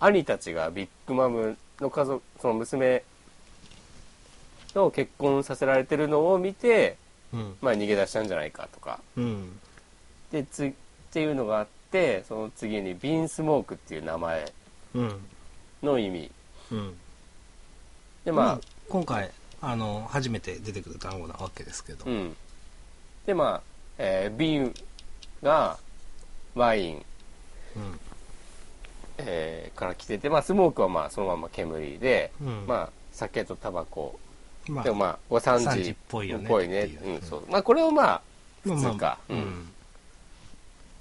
兄たちがビッグマムの家族その娘の結婚させられてるのを見て、うん。まあ、逃げ出したんじゃないかとかうん。でつっていうのがあってその次にビンスモークっていう名前うん。の意味うん。でままあ、今回、あの、初めて出てくる単語なわけですけどあう。んでまあ、えー瓶がワイン、うん。えーから来てて、まあ、スモークはまあそのまま煙で、うんまあ酒とタバコまでもまあ、お三時三時っぽいよねっぽいねっていううん、そう。まあ、これをまあ、まあ普通かううんん。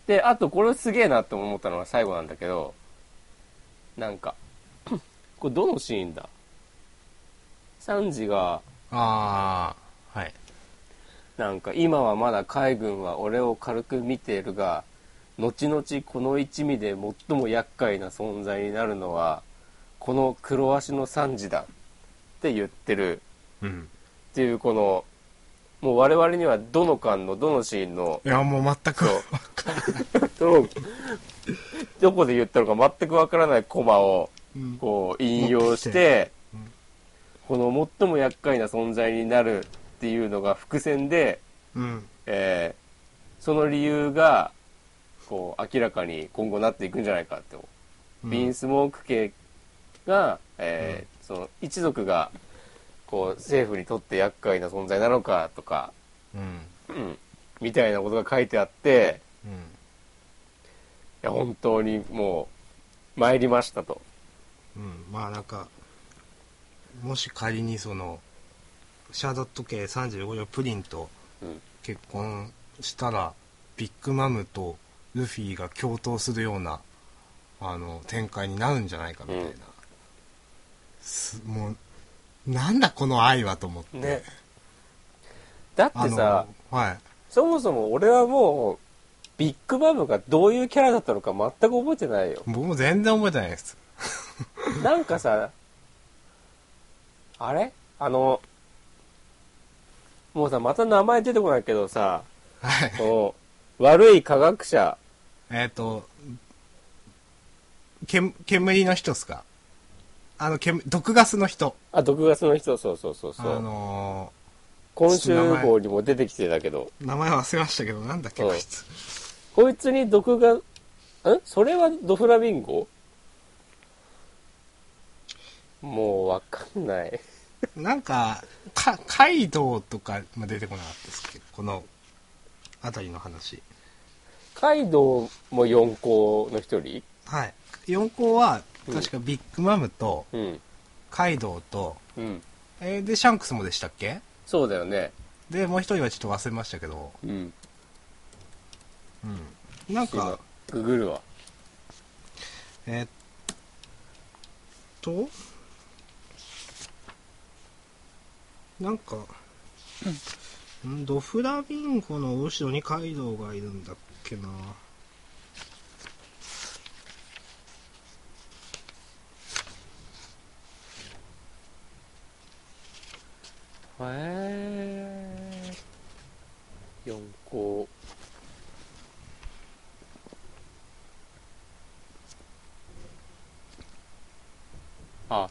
で、あと、これすげえなと思ったのが最後なんだけど、なんか、 これどのシーンだ三時が、ああ、はい。なんか、今はまだ海軍は俺を軽く見ているが、後々この一味で最も厄介な存在になるのは、この黒足の三時だって言ってる。うん。っていうこのもう我々にはどの間のどのシーンのいや、もう全く、そうどのどこで言ったのか全くわからないコマを うんこう引用してうんこの最も厄介な存在になるっていうのが伏線で、うん。えーその理由がこう明らかに今後なっていくんじゃないかって、ビンスモーク系が、えーその一族がこう政府にとって厄介な存在なのかとかうん。うんみたいなことが書いてあって、うん。いや、本当にもう、参りましたと。うん、まあなんか、もし仮にその、シャーロット家35条プリンとうん。結婚したら、ビッグマムとルフィが共闘するような、あの、展開になるんじゃないかみたいな。うんすもう、なんだこの愛はと思って。ね。だってさ、はい。そもそも俺はもう、ビッグマムがどういうキャラだったのか全く覚えてないよ僕も全然覚えてないです。なんかさあれあのもうさまた名前出てこないけどさはい。こ の悪い科学者えっ、と、け煙の人っすかあの、煙毒ガスの人。あ毒ガスの人そうそうそうあそうの今週号にも出てきてたけどー名前忘れましたけど、なんだっけ、うんこいつ。こいつに毒がんそれはドフラミンゴもうわかんないなんか、か、カイドウとかも出てこなかったですけど、この、あたりの話。カイドウも四校の一人はい。4校は、うん確かビッグマムと、うんカイドウと、うんえーで、シャンクスもでしたっけそうだよねで、もう一人はちょっと忘れましたけど、うんうん。な今んか、ググるわえーっと、なんか、うんドフラミンゴの後ろにカイドウがいるんだっけな。へえ四校あ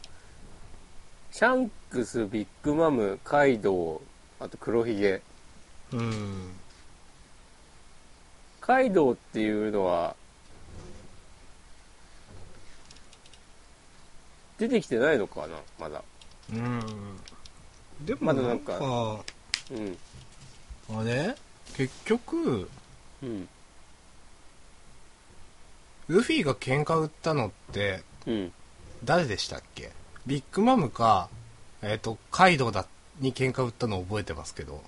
シャンクスビッグマムカイドウあと黒ひげうん。カイドウっていうのは出てきてないのかなまだうん。でもまだななんんかか、うんあれ結局、うんルフィが喧嘩売ったのって、うん誰でしたっけビッグマムか、えっ、と、カイドウだ、に喧嘩売ったのを覚えてますけど、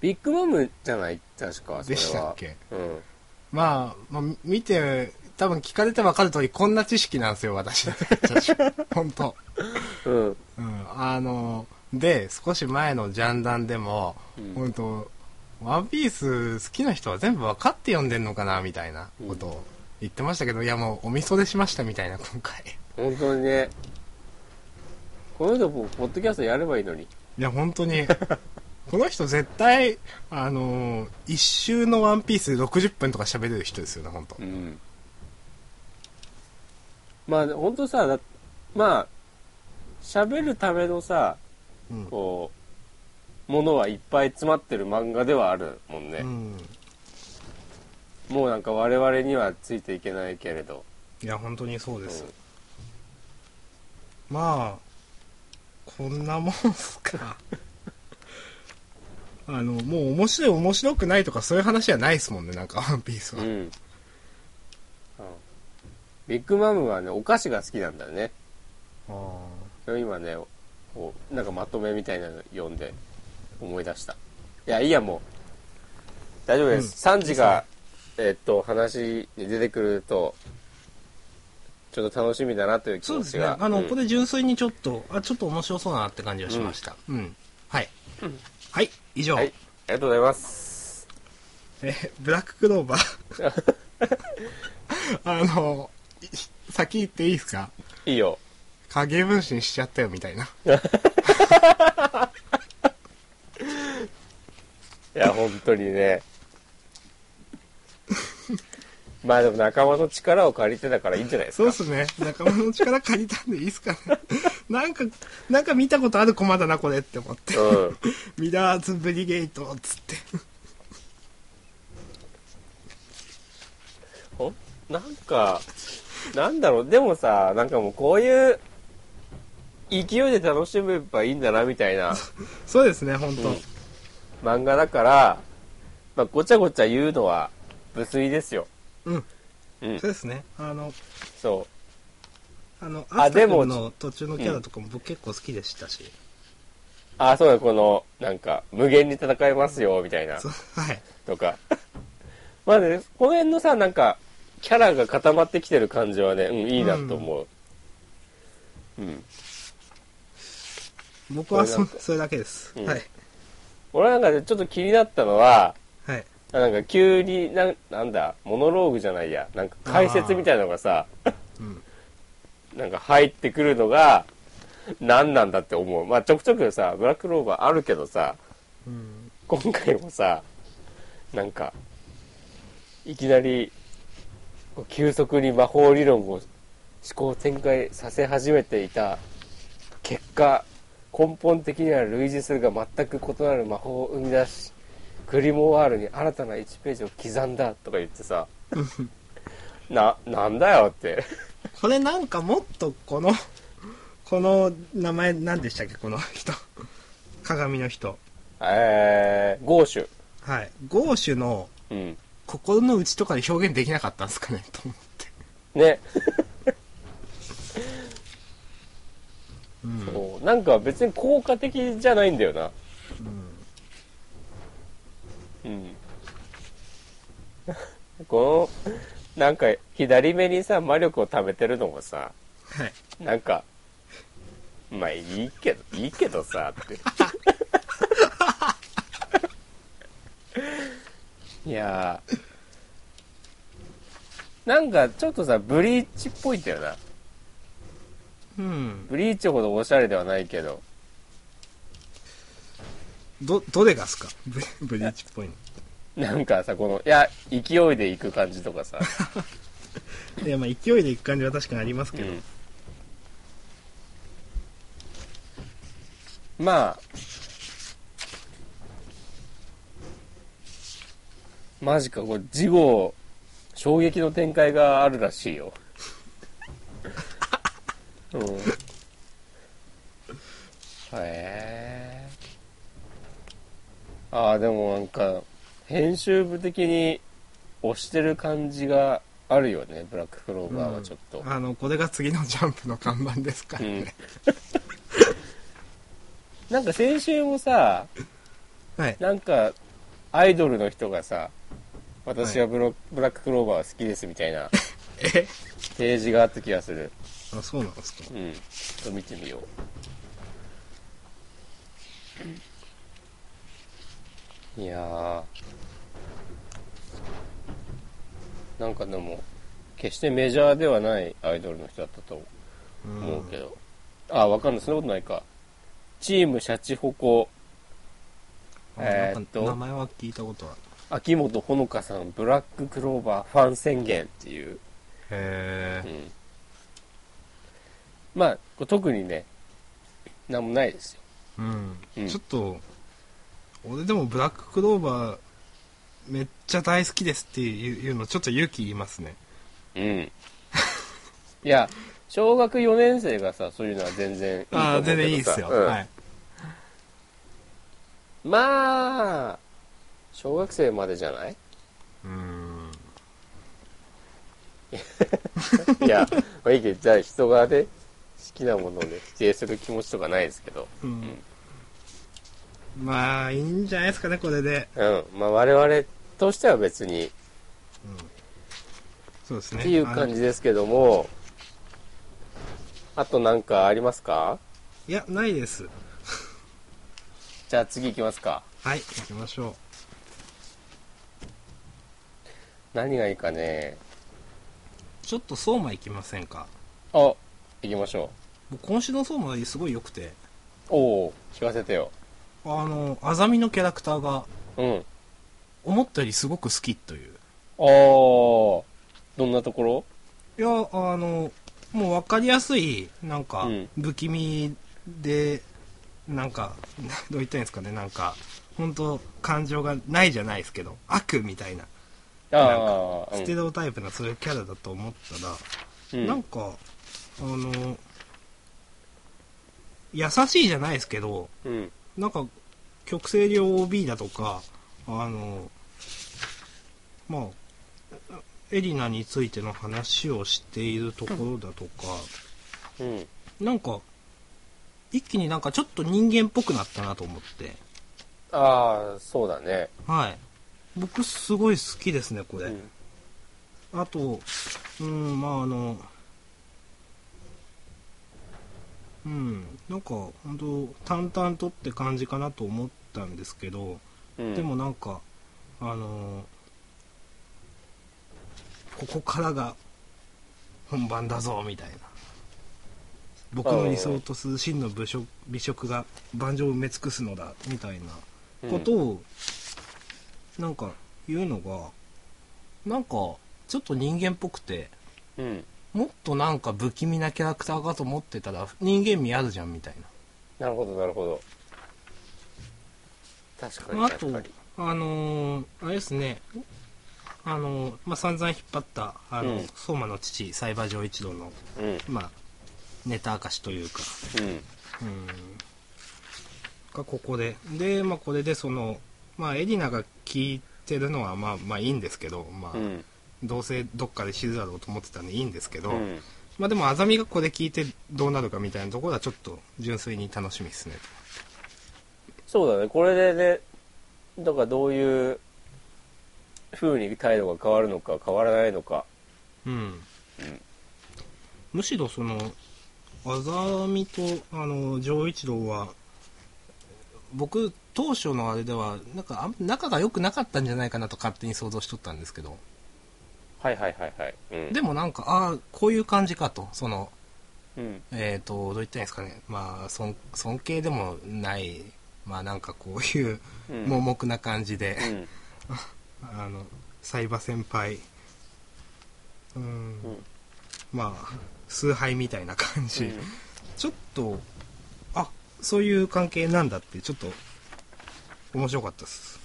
ビッグマムじゃない確かそれはでしたっけうんまあ、まあ、見て、多分聞かれて分かる通り、こんな知識なんです よ、私。本当。うんうん。あの、で、少し前のジャンダンでも、うん本当ワンピース好きな人は全部分かって読んでんのかな、みたいなことを言ってましたけど、いやもう、おみそでしました、みたいな、今回。本当にねこの人もポッドキャストやればいいのにいや、本 当に。この人絶対、あのー一周のワンピースで60分とか喋れる人ですよね、本当んまあ本当さだまあ喋るためのさうん。こうものはいっぱい詰まってる漫画ではあるもんうね、ん。もうなんか我々にはついていけないけれどいや、本当にそうですうん。まあ、こんなもんすか。 あの、もう面白い面白くないとかそういう話じゃないですもんね、なんか、ワンピースうは。ん、うんビッグマムはねお菓子が好きなんだよねそれを今ねこうなんかまとめみたいなの読んで思い出したいやいいやもう大丈夫です、サンジがえっと話に出てくるとちょっと楽しみだなという気そう持ですちね。があの、うんこれ純粋にちょっと、あ、ちょっと面白そうだなって感じがしました。うん。はい。はい、以上。はいありがとうございますえーブラッククローバー あのい先言っていいですかいいよ影分身しちゃったよみたいないや本当に ねまあでも仲間の力を借りてだからいいんじゃないですそうかっすね仲間の力借りたんでいいっすかね なんかなんか見たことある駒だなこれって思ってうんミラーズブリゲートっつってほんなんか、なんだろう、でもさ、なんかもうこういう、勢いで楽しめばいいんだな、みたい なそうですね本当、うん漫画だから、まあ、ごちゃごちゃ言うのは、無粋ですよ。うんうんそ、うですねあのそあのあアスタでも君の途中のキャラとかも僕結構好きでしたし、う。あ、そうだ、この、なんか、無限に戦えますよ、みたいなそう、はいとか。まあね、この辺のさ、なんか、キャラが固まってきてる感じはね、うん、いいなと思う。うん。僕はこれそなんかそれだけです、うんはい俺なんかねちょっと気になったのは、はいあなんか急になんなんだモノローグじゃないやなんか解説みたいなのがさうん、なんか入ってくるのが何なんだって思うまあちょくちょくさブラックローバーあるけどさうん、今回もさなんかいきなりこう急速に魔法理論を思考展開させ始めていた結果根本的には類似するが全く異なる魔法を生み出しグリモワールに新たな1ページを刻んだとか言ってさななんだよってこれなんかもっとこのこの名前何でしたっけこの人鏡の人えー、ゴーシュはいゴーシュのうん心の内とかで表現できなかったんですかねと思ってねうんそうなんか別に効果的じゃないんだよなうん、 このなんか左目にさ魔力を貯めてるのもさはいなんかまあいいけどいいけどさっていやーなんかちょっとさブリーチっぽいんだよなうんブリーチほどおしゃれではないけどどどれがっすかブブリーチっぽいのなんかさこのいや勢いでいく感じとかさ、いやまあ勢いでいく感じは確かにありますけど、うん、まあマジかこれ事後衝撃の展開があるらしい よ、うん、へえああでもなんか編集部的に押してる感じがあるよねブラッククローバーはちょっと、あのこれが次のジャンプの看板ですからね、なんか先週もさ、はいなんかアイドルの人がさ、私はブロ、ブラッククローバーは好きですみたいなえページがあった気がする。あそうなんですかうん。ちょっと見てみよう。いやー。なんかでも、決してメジャーではないアイドルの人だったと思うけど。あ、わかんない。そんなことないか。チームシャチホコ、うんえーなんっかと名前は聞いたことは秋元ほのかさん、ブラッククローバーファン宣言っていう。へうえん。まあ、これ特にね、なんもないですよ。うん、うんちょっと俺でもブラッククローバーめっちゃ大好きですっていういうのちょっと勇気いりますね うん。いや、小学4年生がさ、そういうのは全然いいとあ思あうけどさ。全然いいですよ、うんはいまあ、小学生までじゃないうんいや、まあいいけど、じゃあ人がね、好きなものをね、否定する気持ちとかないですけど。うんまあいいんじゃないですかねこれで、うん。まあ我々としては別に、うん、そうですねっていう感じですけども、あとなんかありますかあいやないですじゃあ次行きますか。はい行きましょ何がいいかね。うちょっと相馬行きませんかあ、行きましょもう今週の相馬すごい良くてう。おお聞かせてよ。あのアザミのキャラクターがうん。思ったよりすごく好きというあー、どんなところいやあのもう分かりやすいなんかうん不気味で、なんか どう言ったらいいんですかねなんか本当感情がないじゃないですけど悪みたいなああ、ステレオタイプなそういうキャラだと思ったら、うんなんかあの優しいじゃないですけどうん。なんか極性量 OB だとかあのまあエリナについての話をしているところだとか、うん。なんか一気になんかちょっと人間っぽくなったなと思ってああ、そうだね。はい僕すごい好きですねこれ、うん。あとうんまああのうんなんか本当淡々とって感じかなと思ったんですけど、うんでもなんかああのここからが本番だぞみたいな僕の理想とする真の部職美食が盤上を埋め尽くすのだみたいなことを、なんか言うのがなんかちょっと人間っぽくてうん。もっとなんか不気味なキャラクターかと思ってたら人間味あるじゃんみたいななるほど、なるほど。確かまあ、に、あと確かに。、あのーあれですね、あのーまあ、散々引っ張った、あの、うん相馬の父、サイバー上一郎の、うん。うん。まあ、ネタ証というか、うん、がここで。で、まあ、これでその、まあ、エリナが聞いてるのは、まあ、まあ、いいんですけど、まあ、うん。どうせどっかで死ぬだろうと思ってたんでいいんですけど、うん。まあ、でも、あざみがこれ聞いてどうなるかみたいなところは、ちょっと純粋に楽しみですね。そうだね、これでね、だからどういう風に態度が変わるのか、変わらないのか。うん、むしろそのあざみとあの丈一郎は僕当初のあれではなんかあん仲が良くなかったんじゃないかなと勝手に想像しとったんですけどはいはいはいはい。うん。でもなんかああこういう感じかとそのうん。えっ、とどう言ったらいいんですかねまあ尊尊敬でもないまあなんかこういううん。盲目な感じでう、ん。あのサイバ先輩うん、うん。まあ崇拝みたいな感じ、うんちょっと、あ、そういう関係なんだって、ちょっと、面白かったです。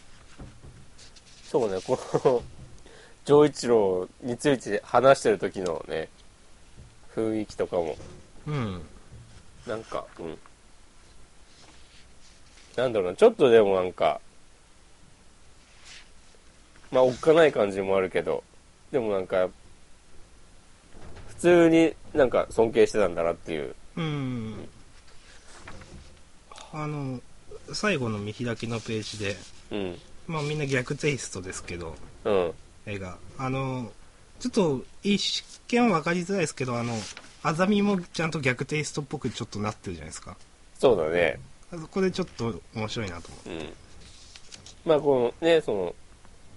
そうね、この、丈一郎について話してる時のね、雰囲気とかも、うん。なんか、うん。なんだろうな、ちょっとでもなんか、まあ、おっかない感じもあるけど、でもなんか、普通になんか尊敬してたんだなっていう。うん。あの、最後の見開きのページで、うん。まあみんな逆テイストですけど、うん。映画。あの、ちょっと、一見わかりづらいですけど、あの、アザミもちゃんと逆テイストっぽくちょっとなってるじゃないですか。そうだね。あそこでちょっと面白いなと思うん。まあ、このね、その、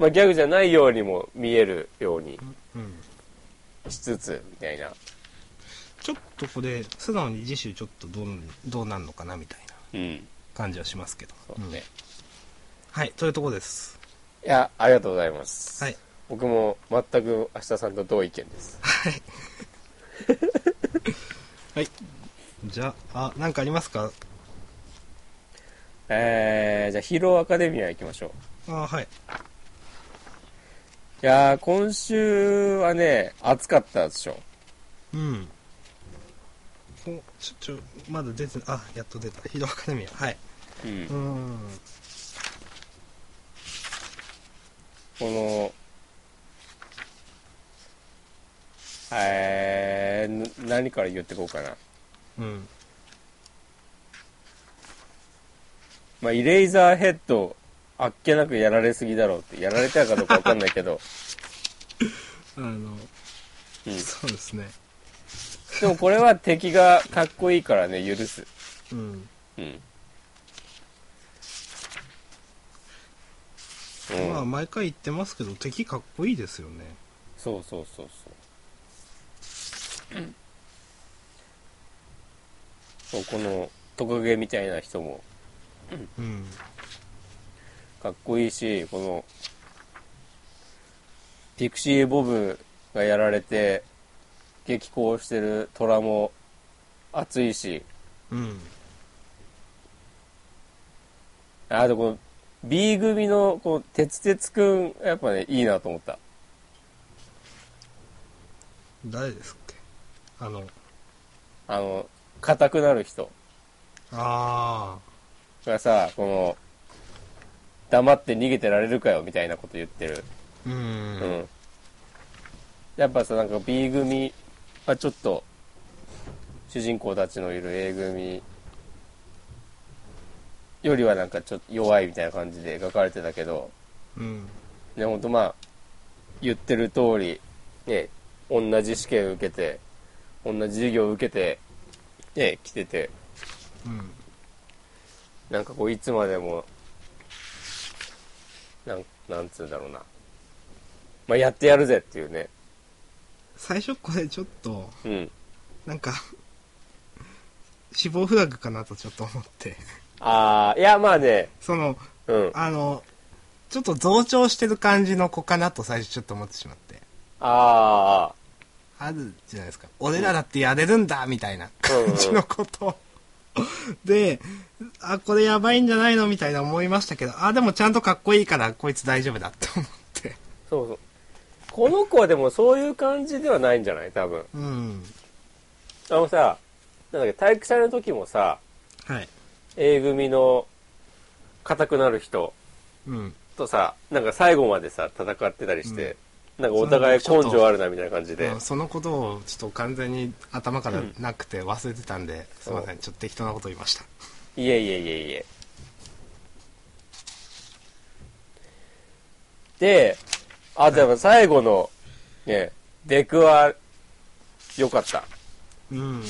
まあ、ギャグじゃないようにも見えるようにう。うん。しつつ、みたいな。ちょっとこれ、素直に次週ちょっとどう、どうなんのかなみたいな。うん。感じはしますけど。そうね。はい、というところです。いや、ありがとうございます。はい。僕も全く明日さんと同意見です。 はい。じゃあ、あ、なんかありますかえー、じゃあヒーローアカデミア行きましょう。あはい。いやー、今週はね、暑かったでしょ。うん。お、ちょ、ちょ、まだ出て、あ、やっと出た。ヒーローアカデミア。はい。うんうー。ん。この、えー、な何から言ってこうかな。うん。まあ、イレイザーヘッド、あっけなくやられすぎだろうって、やられたかどうかわかんないけど、 あの、うんそうですね。でもこれは敵がかっこいいからね、許す。うん。うん。まうあ、ん、毎回言ってますけど、敵かっこいいですよね。そうそうそうそう。そうこのトカゲみたいな人もうん。かっこいいしこのピクシー・ボブがやられて激高してる虎も熱いしうん。あとこの B 組のこの鉄鉄くんやっぱねいいなと思った誰ですっけあの、あの硬くなる人あがさこの黙って逃げてられるかよみたいなこと言ってるー。うん。うん、やっぱさなんか B 組はちょっと主人公たちのいる A 組よりはなんかちょっと弱いみたいな感じで描かれてたけどうん。ねほんとまあ言ってる通りね同じ試験受けて同じ授業受けてね来ててうん。なんかこういつまでもなんなんつうんだろうな。まあ、やってやるぜっていうね。最初これちょっと、うん。なんか、死亡フラグかなとちょっと思って。ああ、いや、まあね、その、うん。あの、ちょっと増長してる感じの子かなと最初ちょっと思ってしまって。ああ、あるじゃないですか。俺らだってやれるんだみたいな感じのこと。で、あ、これやばいんじゃないのみたいな思いましたけど、あ、でもちゃんとかっこいいから、こいつ大丈夫だって思って。そうそう。この子はでもそういう感じではないんじゃない多分。うん。あのさ、なんだっけ、体育祭の時もさ、はい。 A 組の硬くなる人うん。とさ、なんか最後までさ、戦ってたりして、なんかお互い根性あるなみたいな感じでまあ。そのことをちょっと完全に頭からなくて忘れてたんで、すいませんちょっと適当なこと言いましたいえいえいえいえ。で、あ、でも最後の、ね、デクは、良かった。うん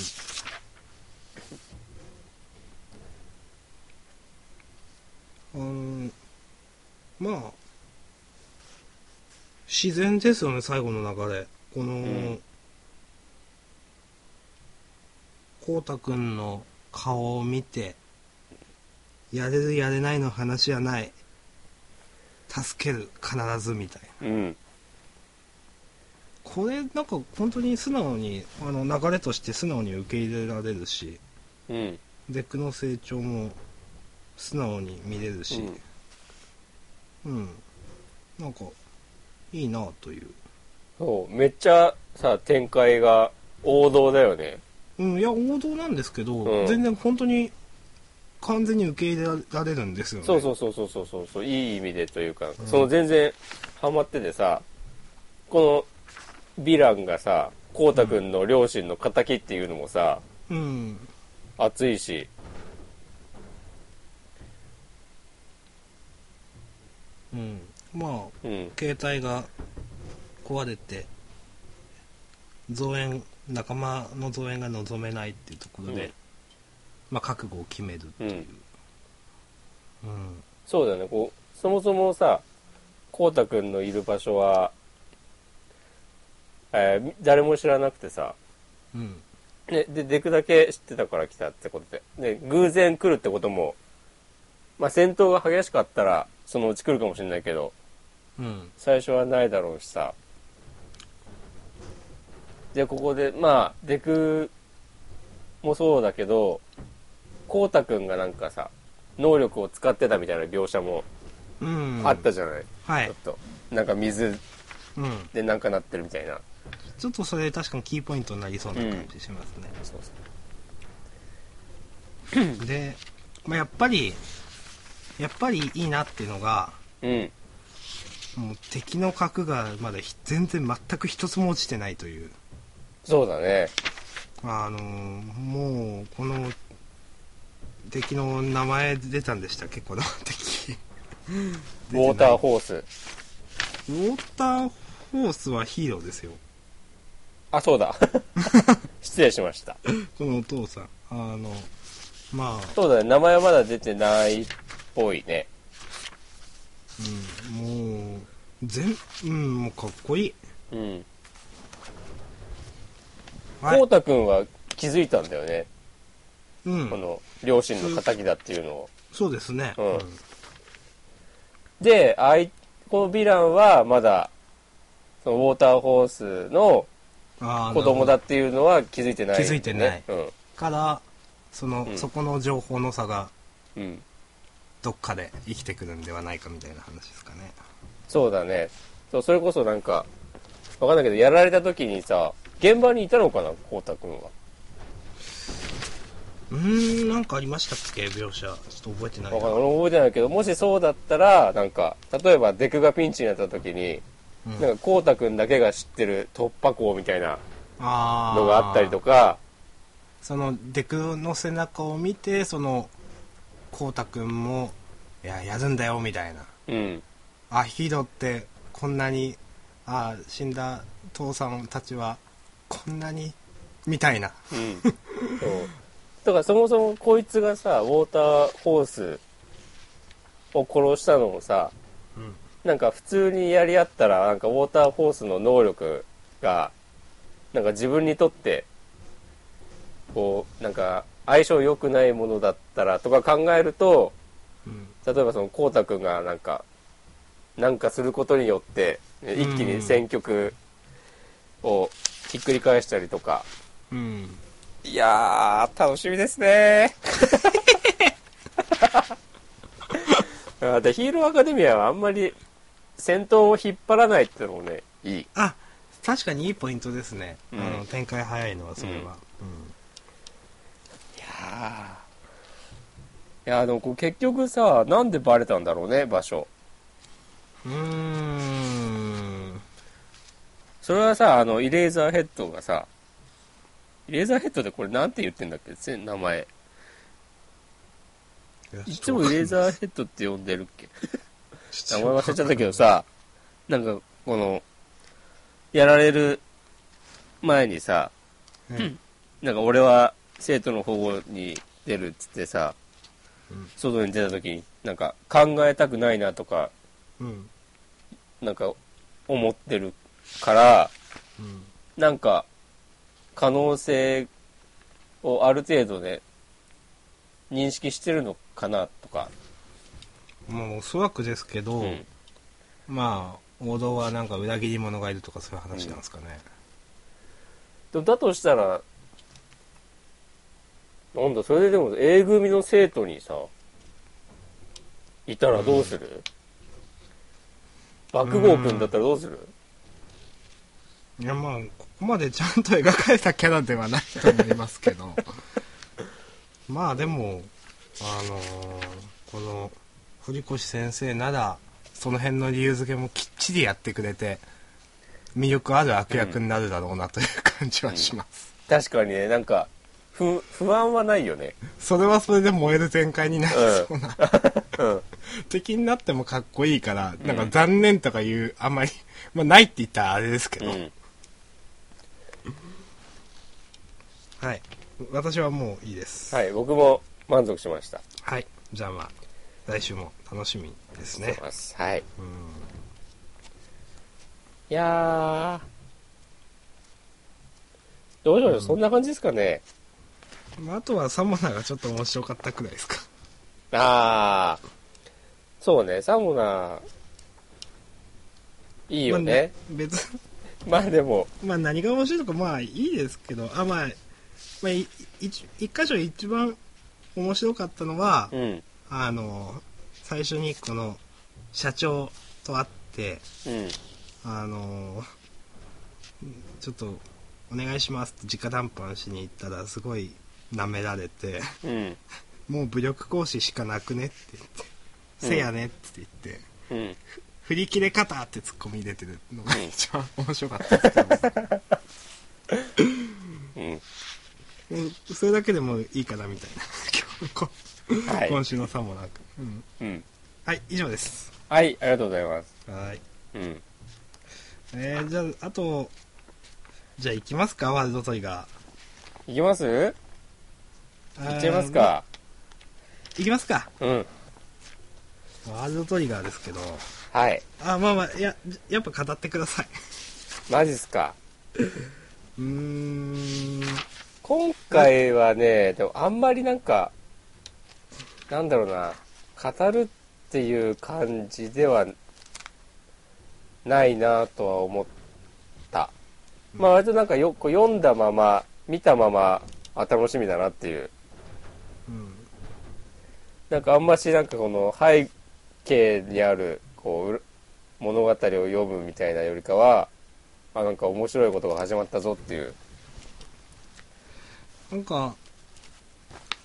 うんまあ自然ですよね最後の流れこのんこうたくんの顔を見てやれるやれないの話じゃない助ける必ずみたいなうん。これなんか本当に素直にあの流れとして素直に受け入れられるしうん。デックの成長も素直に見れるしうん、なんかいいなというそう、めっちゃさ、展開が王道だよね。うんいや王道なんですけど、うん全然本当に完全に受け入れられるんですよねそうそうそうそうそうそうそう、いい意味でというか、うんその全然ハマっててさ、このヴィランがさ、こうたくんの両親の仇っていうのもさ、ううん熱いし、うんまあうん。携帯が壊れて増援仲間の増援が望めないっていうところで、うんまあ、覚悟を決めるっていう、うんそうだねこうそもそもさこうたくんのいる場所は、えー誰も知らなくてさ、うんね、ででくだけ知ってたから来たってことでで偶然来るってことも、まあ、戦闘が激しかったらそのうち来るかもしれないけどうん最初はないだろうしさでここでまあデクもそうだけどこうたくんがなんかさ能力を使ってたみたいな描写もうんあったじゃない、はちょいっ、となんか水うん、でなんかなってるみたいなちょっとそれ確かにキーポイントになりそうな感じしますね、そうそで、まあ、やっぱりやっぱりいいなっていうのがううんもう敵の核がまだひ全然全く一つも落ちてないというそうだねあのもうこの敵の名前出たんでしたっけこの敵ウォーターホホースウォーターホースはヒーローですよあそうだ 失礼しましたこのお父さんあのまあ、そうだね名前はまだ出てないっぽいねうん、もう全うんもうかっこいいうんはいこうたくんは気づいたんだよね、うこんの両親の敵だっていうのをそうですねうんであいこのヴィランはまだそのウォーターホースのあー子供だっていうのは気づいてない、気づいてないうんからその、うんそこの情報の差がうんどっかで生きてくるんではないかみたいな話ですかねそうだね。そう、それこそなんか、わかんないけど、やられた時にさ、現場にいたのかな、こうたくんは。うーんなんかありましたっけ描写ちょっと覚えてないわなかんない。俺覚えてないけど、もしそうだったら、なんか、例えばデクがピンチになった時に、うんなんか、こうたくんだけが知ってる突破口みたいなあーのがあったりとか、そのデクの背中を見てそのこうたくんもいややるんだよみたいなうん。あヒーローってこんなにあ死んだ父さんたちはこんなにみたいなうん。そう。だから、そもそもこいつがさ、ウォーターホースを殺したのもさ、うんなんか普通にやり合ったらなんかウォーターホースの能力がなんか自分にとってこうなんか相性良くないものだったらとか考えるとうん例えばそのこうたくんがなんかなんかすることによってね一気うんうにん選曲をひっくり返したりとか、うんいやー楽しみですね あでヒーローアカデミアはあんまり戦闘を引っ張らないってのもねいいあ確かにいいポイントですね、うんあの展開早いのはそれは、いやーいやーでもこう結局さなんでバレたんだろうね場所うんうーんそれはさあのイレーザーヘッドがさイレーザーヘッドでこれなんて言ってんだっけぜ名前いつもイレーザーヘッドって呼んでるっけ名前忘れちゃったけどさなんかこのやられる前にさうんなんか俺は生徒の保護に出るっつってさうん外に出た時になんか考えたくないなとかうんなんか思ってるからうんなんか可能性をある程度で認識してるのかなとか、もうおそらくですけど、うんまあ王道はなんか裏切り者がいるとかそういう話なんですかね、でもだとしたらなんだそれででも A 組の生徒にさいたらどうする、爆豪君だったらどうする、いやまあここまでちゃんと描かれたキャラではないと思いますけど まあでもあのーこの堀越先生ならその辺の理由付けもきっちりやってくれて魅力ある悪役になるだろうなという感じはします、確かにねなんか不不安はないよねそれはそれで燃える展開になりそうな、うん 敵になってもかっこいいから、なんか残念とかいうあんまり、まあ、ないって言ったらあれですけうど、んはい私はもういいですはい僕も満足しましたはい。じゃあまあ、来週も楽しみですねして。ますはいうん。いやー。どうしましょう、そんな感じですかね。まあ、あとはサモナがちょっと面白かったくらいですか。あー。そうね、サモナー、いいよね。まあ別、 まあでも、まあ何が面白いとかまあいいですけど、あ、まあ、まあ、い一一箇所一番面白かったのは、うん、あの、最初にこの社長と会って、うん、あの、ちょっとお願いしますって直談判しに行ったらすごい舐められて、うん、もう武力行使しかなくねって言って、うんせやねって言って、うん。振り切れ方ってツッコミ入れてるのが一番面白かったですけうん、ど、もうそれだけでもいいかなみたいな、今日こはい今週のさもなく、うんうん。はい、以上です。はい、ありがとうございます。はい。うん。えー、じゃあ、あと、じゃあ行きますか、ワールドトリガいきますいー。っちゃいますか。あー。行きますか。うん。ワールドトリガーですけど、はい。あ、まあまあ、いや、やっぱ語ってください。マジっすか。うーん、今回はね、でもあんまりなんか、なんだろうな、語るっていう感じではないなとは思った。まあ割となんかよこう読んだまま、見たまま、あ、楽しみだなっていう。うん、なんかあんましなんかこの背景にある、こううら、物語を読むみたいなよりかは、あ、なんか面白いことが始まったぞっていう。なんか、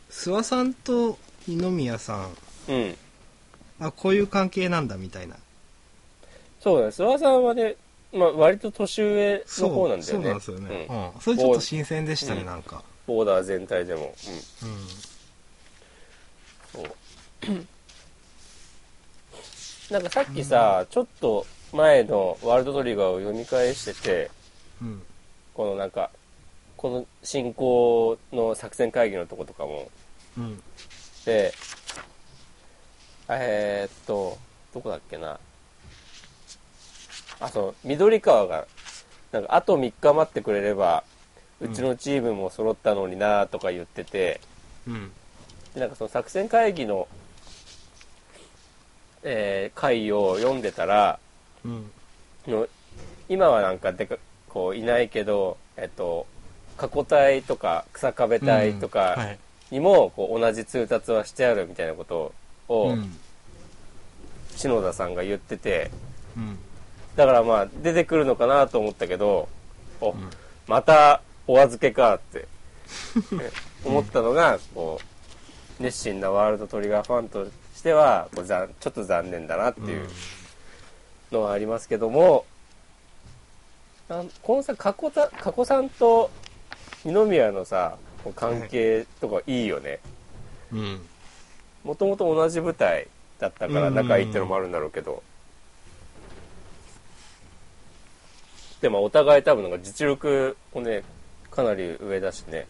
諏訪さんと二宮さん、うん。あ、こういう関係なんだみたいな。そうだね。諏訪さんはね、まあ、割と年上の方なんだそようね。なんですよね。ううんん。それちょっと新鮮でしたね、うんなんか。ボーダー全体でも。ううん。ん。そう。なんかさっきさ、ちょっと前のワールドトリガーを読み返してて、うん。このなんか、この進行の作戦会議のとことかも。うん。で、えーっと、どこだっけな。あそう緑川がなんかあと3日待ってくれればうちのチームも揃ったのになとか言ってて、うんでなんかその作戦会議の、えー回を読んでたらうんの今はなんかでかこういないけど、えっと、過去隊とか草壁隊とうんはかいにもこう同じ通達はしてあるみたいなことをうん篠田さんが言っててうんだからまあ出てくるのかなと思ったけどお、んまたお預けかって え思ったのがこう熱心なワールドトリガーファンとしてはこうざんちょっと残念だなっていうのはありますけども、なんこのさ加古た加古さんと二宮のさこう関係とかいいよねうんもともと同じ舞台だったからうん仲いいってのもあるんだろうけど、でもお互い多分なんか実力もねかなり上だしね、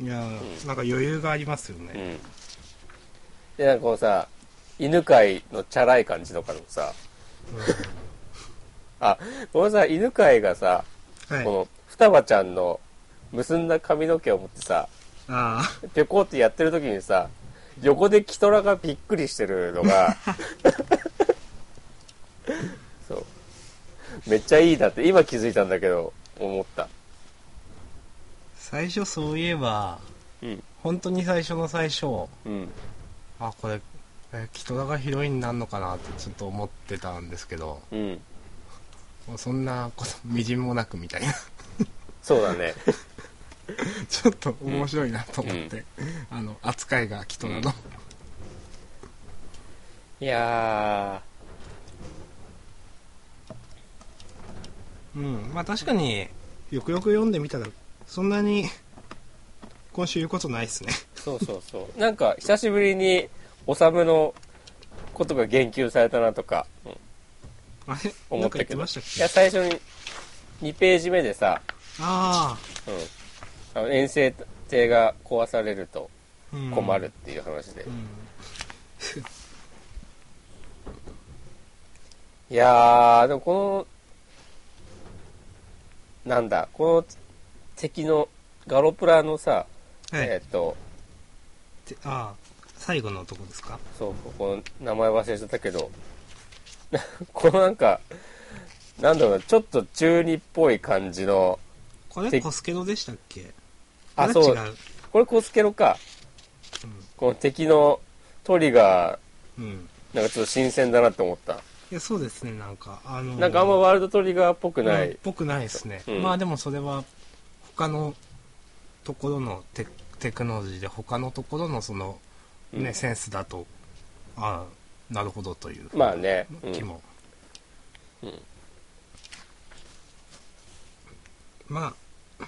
いやーなんか余裕がありますようねん、でなんかこのさ犬飼のチャラい感じとかのさあこのさ犬飼がさ、はいこの双葉ちゃんの結んだ髪の毛を持ってさああペコってやってる時にさ横でキトラがびっくりしてるの がそうめっちゃいいなって今気づいたんだけど思った最初そういえばうん本当に最初の最初うんあこれえキトラがヒロインになるのかなってちょっと思ってたんですけどうんもうそんなことみじんもなくみたいな そうだねちょっと面白いなと思って、あの扱いがキトラの、いやうん、まあ確かによくよく読んでみたらそんなに今週言うことないっすね ーそうそうそうなんか久しぶりに修のことが言及されたなとか、うんあれ思なっんかたけ言ってどましたっいやけ最初に2ページ目でさ、あうん、あの遠征艇が壊されるとあ、うん困るっていう話で、うんいやーでもこのなんだこの敵のガロプラのさ、はい、えーっとてああ最後のとこですかそうここの名前忘れちゃったけど このなんかなんだろうなちょっと中二っぽい感じのこてれコスケロでしたっけあれそう違うこれコスケロかこの敵のトリガうん、うん、ーなんかちょっと新鮮だなって思ったいやそうですねなんかあのなんかあんまワールドトリガーっぽくなうんいっぽくないですね、うんまあでもそれは他のところのテテクノロジーで他のところのその、ねうんセンスだとああなるほどというまあね、うん気も、うんまあ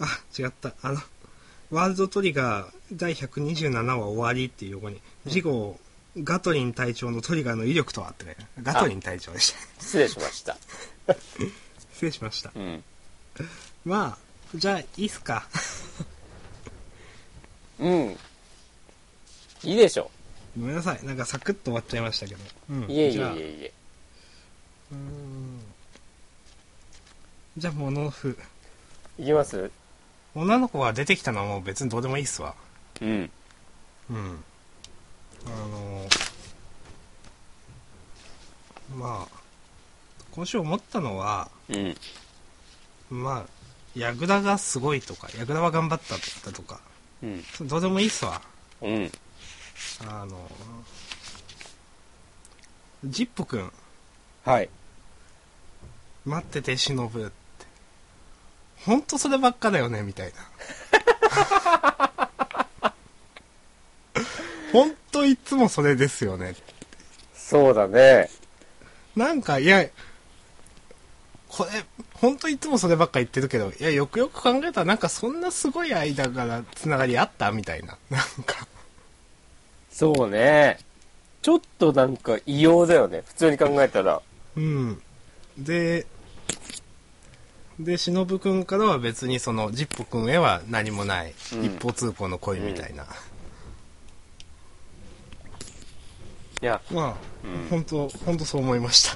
あ違ったあの「ワールドトリガー第127話終わり」っていう横に「次号ガトリン隊長のトリガーの威力とは」ってねガトリン隊長でした失礼しました失礼しましたうんまあじゃあいいっすかうんいいでしょごめんなさいなんかサクッと終わっちゃいましたけど、うんいえいえいじゃあえいえうーんじゃあモノフいきます女の子が出てきたのはもう別にどうでもいいっすわうんうんあのまあ今週思ったのはうんまあ矢倉がすごいとか矢倉は頑張っただとかうんそれどうでもいいっすわうんあのジップくんはい待ってて忍ぶってほんとそればっかだよねみたいな ほんといつもそれですよねそうだねなんかいやこれほんといつもそればっか言ってるけどいやよくよく考えたらなんかそんなすごい間からつながりあったみたいななんかそうねちょっとなんか異様だよね普通に考えたらうんでで忍君からは別にそのジップ君へは何もない、うん一方通行の恋みたいな、いやまあ、うん本当本当そう思いまし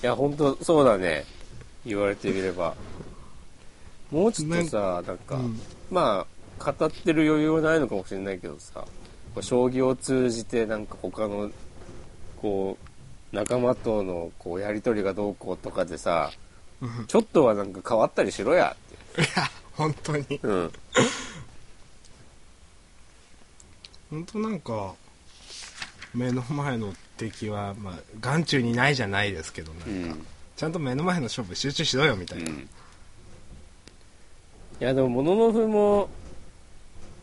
た。や、本当そうだね。言われてみれば。もうちょっとさ、なんか、 うんまあ、語ってる余裕はないのかもしれないけどさ、こう将棋を通じて、なんか他の、こう、仲間との、こう、やりとりがどうこうとかでさ、うんちょっとはなんか変わったりしろやっいや本当にて。うん。本当なんか目の前の敵は、まあ、眼中にないじゃないですけどなんうか、ん。ちゃんと目の前の勝負集中しろよみたういな、ん。いや、でも、もののふも、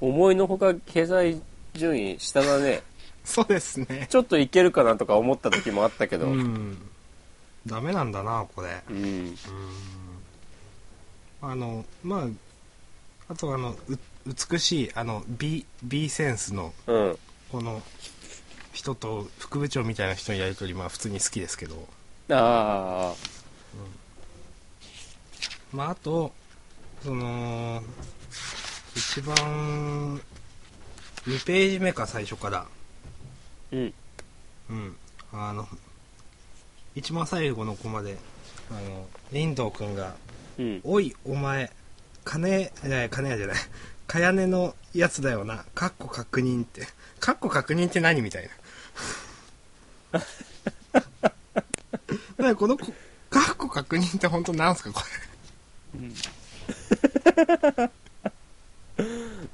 思いのほか経済順位下だね。そうですねちょっといけるかなとか思った時もあったけうど。んダメなんだなこれうん。あのまああとあのう美しいあの B, B センスのうん。この人と副部長みたいな人のやり取りまあ普通に好きですけどああ。まああとその一番2ページ目か最初からうん。うんあの一番最後のコマであの林道君がうん。おいお前金えー金やじゃない かやねのやつだよなかっこ確認ってかっこ確認って何みたいな なんかこのこかっこ確認って本当なんすかこ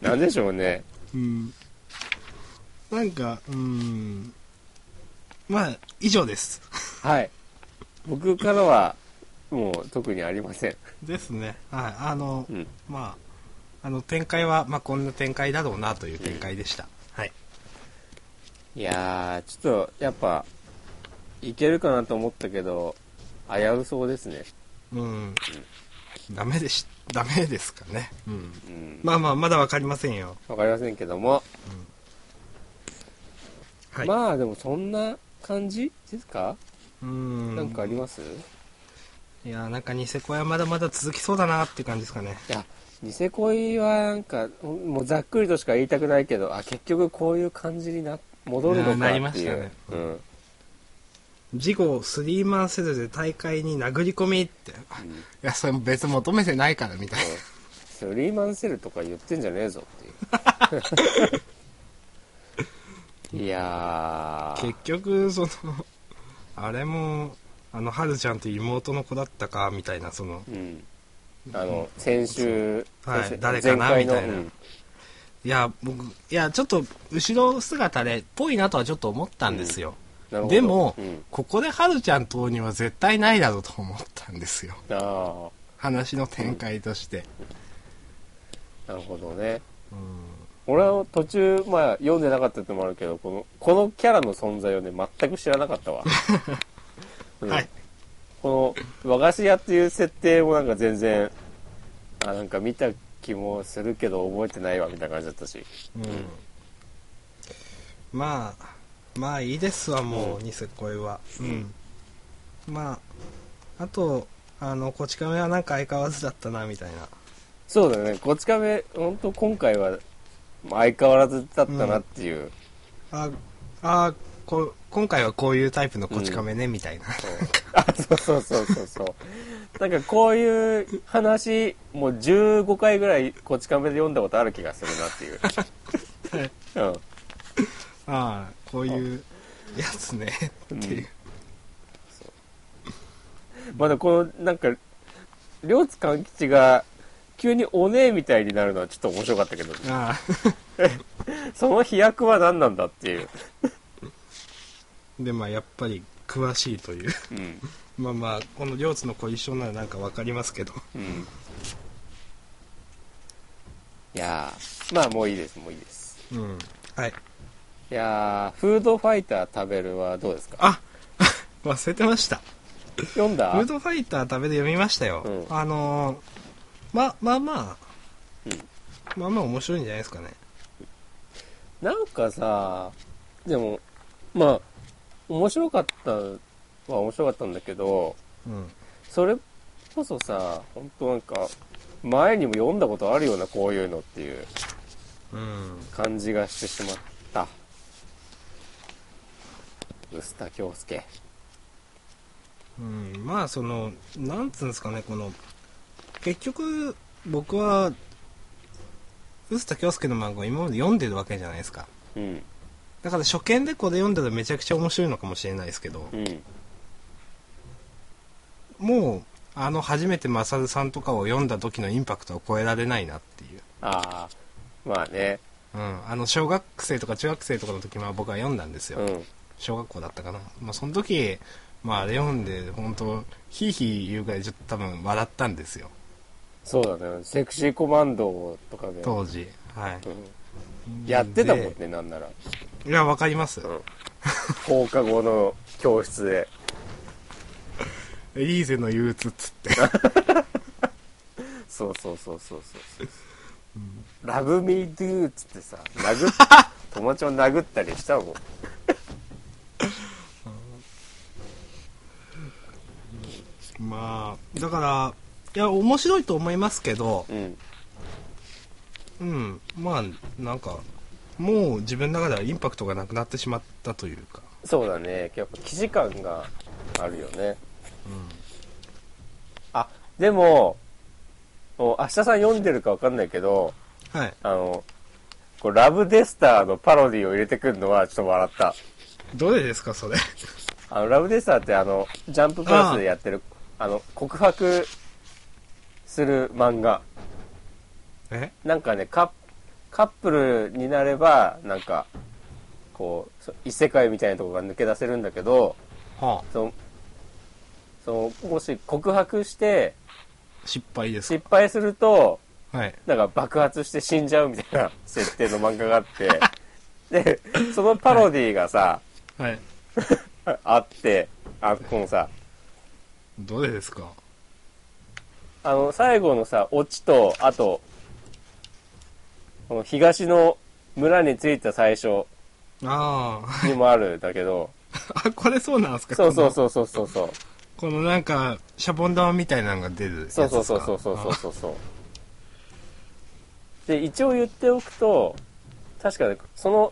なんでしょうね。れうんなんかうんまあ以上です はい。僕からは、もう特にありません。ですねはいあの、うん。まああの展開は、まあ、こんな展開だろうなという展開でした、はいいやー、ちょっと、やっぱ、いけるかなと思ったけど、危うそうですね。うんダメでしダメですかねうんうん。まあまあ、まだわかりませんよ。わかりませんけども。はい。まあ、でもそんな感じですか、うん。なんかありますいいや、なんかニセコはまだまだ続きそうだなっていう感じですかね。や、ニセ恋はなんか、もうざっくりとしか言いたくないけど、あ、結局こういう感じにな、戻るのかっていう。なりましたねうん。事後、スリーマンセルで大会に殴り込みって。いや、それ別に求めてないからみたいな。スリーマンセルとか言ってんじゃねえぞって いう。いやー結、局、その、あれも、あの、はるちゃんと妹の子だったか、みたいな、その、うん。あの、先週、はい先週誰かな前回のみたいなうんいや、僕、いや、ちょっと、後ろ姿で、ぽいなとはちょっと思ったんですよ。なるほどでも、うんここではるちゃん投入は絶対ないだろうと思ったんですよ。ああ、話の展開として。なるほどね。うん俺は途中、まあ、読んでなかったってのもあるけど、この、このキャラの存在をね、全く知らなかったわ。うん はい。この、和菓子屋っていう設定もなんか全然、あ、なんか見た気もするけど覚えてないわ、みたいな感じだったし。うん、まあまあいいですわもう、ニセ恋は、うん、まああとあのこち亀はなんか相変わらずだったなみたいなそうだね、こち亀、ほんと今回は、まあ相変わらずだったなっていう。ああこ今回はこういうタイプのこち亀ね、みたいなあ、そうそうそうそうそう。なんかこういう話、もう15回ぐらいこち亀で読んだことある気がするなっていう。うん。ああこういうやつねっていう、まだこの、なんか、両津勘吉が、急にお姉みたいになるのはちょっと面白かったけど、ああその飛躍は何なんだっていう。でまあやっぱり詳しいという うん。まあまあこの両津の子一緒ならなんかわかりますけどうん。いやー、まあもういいです、もういいです。うんはいいやー、フードファイター食べるはどうですかあ 忘れてました読んだフードファイター食べて読みましたよ、うんあのーままあまあ、うんまあまあ面白いんじゃないですかねなんかさ、でも、まあ、面白かったは面白かったんだけど、うんそれこそさ、本当なんか、前にも読んだことあるようなこういうのっていううん感じがしてしまった。臼田恭介。うん、まあそのなんつうんですかねこの結局僕は臼田恭介の漫画を今まで読んでるわけじゃないですかうんだから初見でこれ読んだらめちゃくちゃ面白いのかもしれないですけどうんもうあの初めてマサルさんとかを読んだ時のインパクトは超えられないなっていう、ああまあねうん、あの小学生とか中学生とかの時まあ僕は読んだんですよ、うん小学校だったかな、まあ、その時、まあ、あれ読んで本当ひいひい言うぐらいちょっと多分笑ったんですよそうだねセクシーコマンドとかで、当時はいうん、やってたもんねなんなら、いやわかりますうん、放課後の教室でエリーゼの憂鬱っつってそうそうそうそうそうそう、ラブミードゥーっつってさ殴っ 友達を殴ったりしたもんまあだからいや面白いと思いますけどうんうんまあなんかもう自分の中ではインパクトがなくなってしまったというかそうだねやっぱ既視感があるよねあでももう明日さん読んでるか分かんないけどはいあのこうラブデスターのパロディを入れてくるのはちょっと笑ったどれですかそれあのラブデスターってあのジャンププラスでやってるあの告白する漫画えなんかねカッカップルになればなんかこうそ異世界みたいなところが抜け出せるんだけどはあそのそのもし告白して失敗です失敗するとはいなんか爆発して死んじゃうみたいな 設定の漫画があってでそのパロディーがさ、はいああってあこのさどれですかあの最後のさオチとあとこの東の村に着いた最初ああにもあるんだけど あこれそうなんですかそうそううそうそうそうそうこのこのなんかシャボン玉みたいなのが出るやつそうそうそうそうそうそうそうそうで一応言っておくと確かにその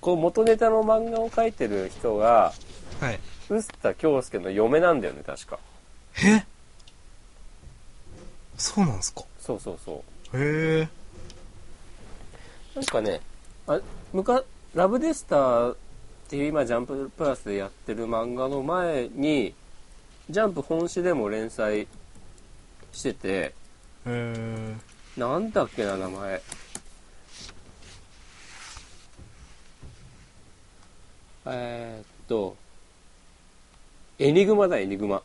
こう元ネタの漫画を描いてる人がうはい臼田恭介の嫁なんだよね確かえそうなんですかそうそうそへえうなんかねあむかラブデスターっていう今ジャンププラスでやってる漫画の前にジャンプ本誌でも連載しててへえなんだっけな名前えー、っとエニグマだエニグマ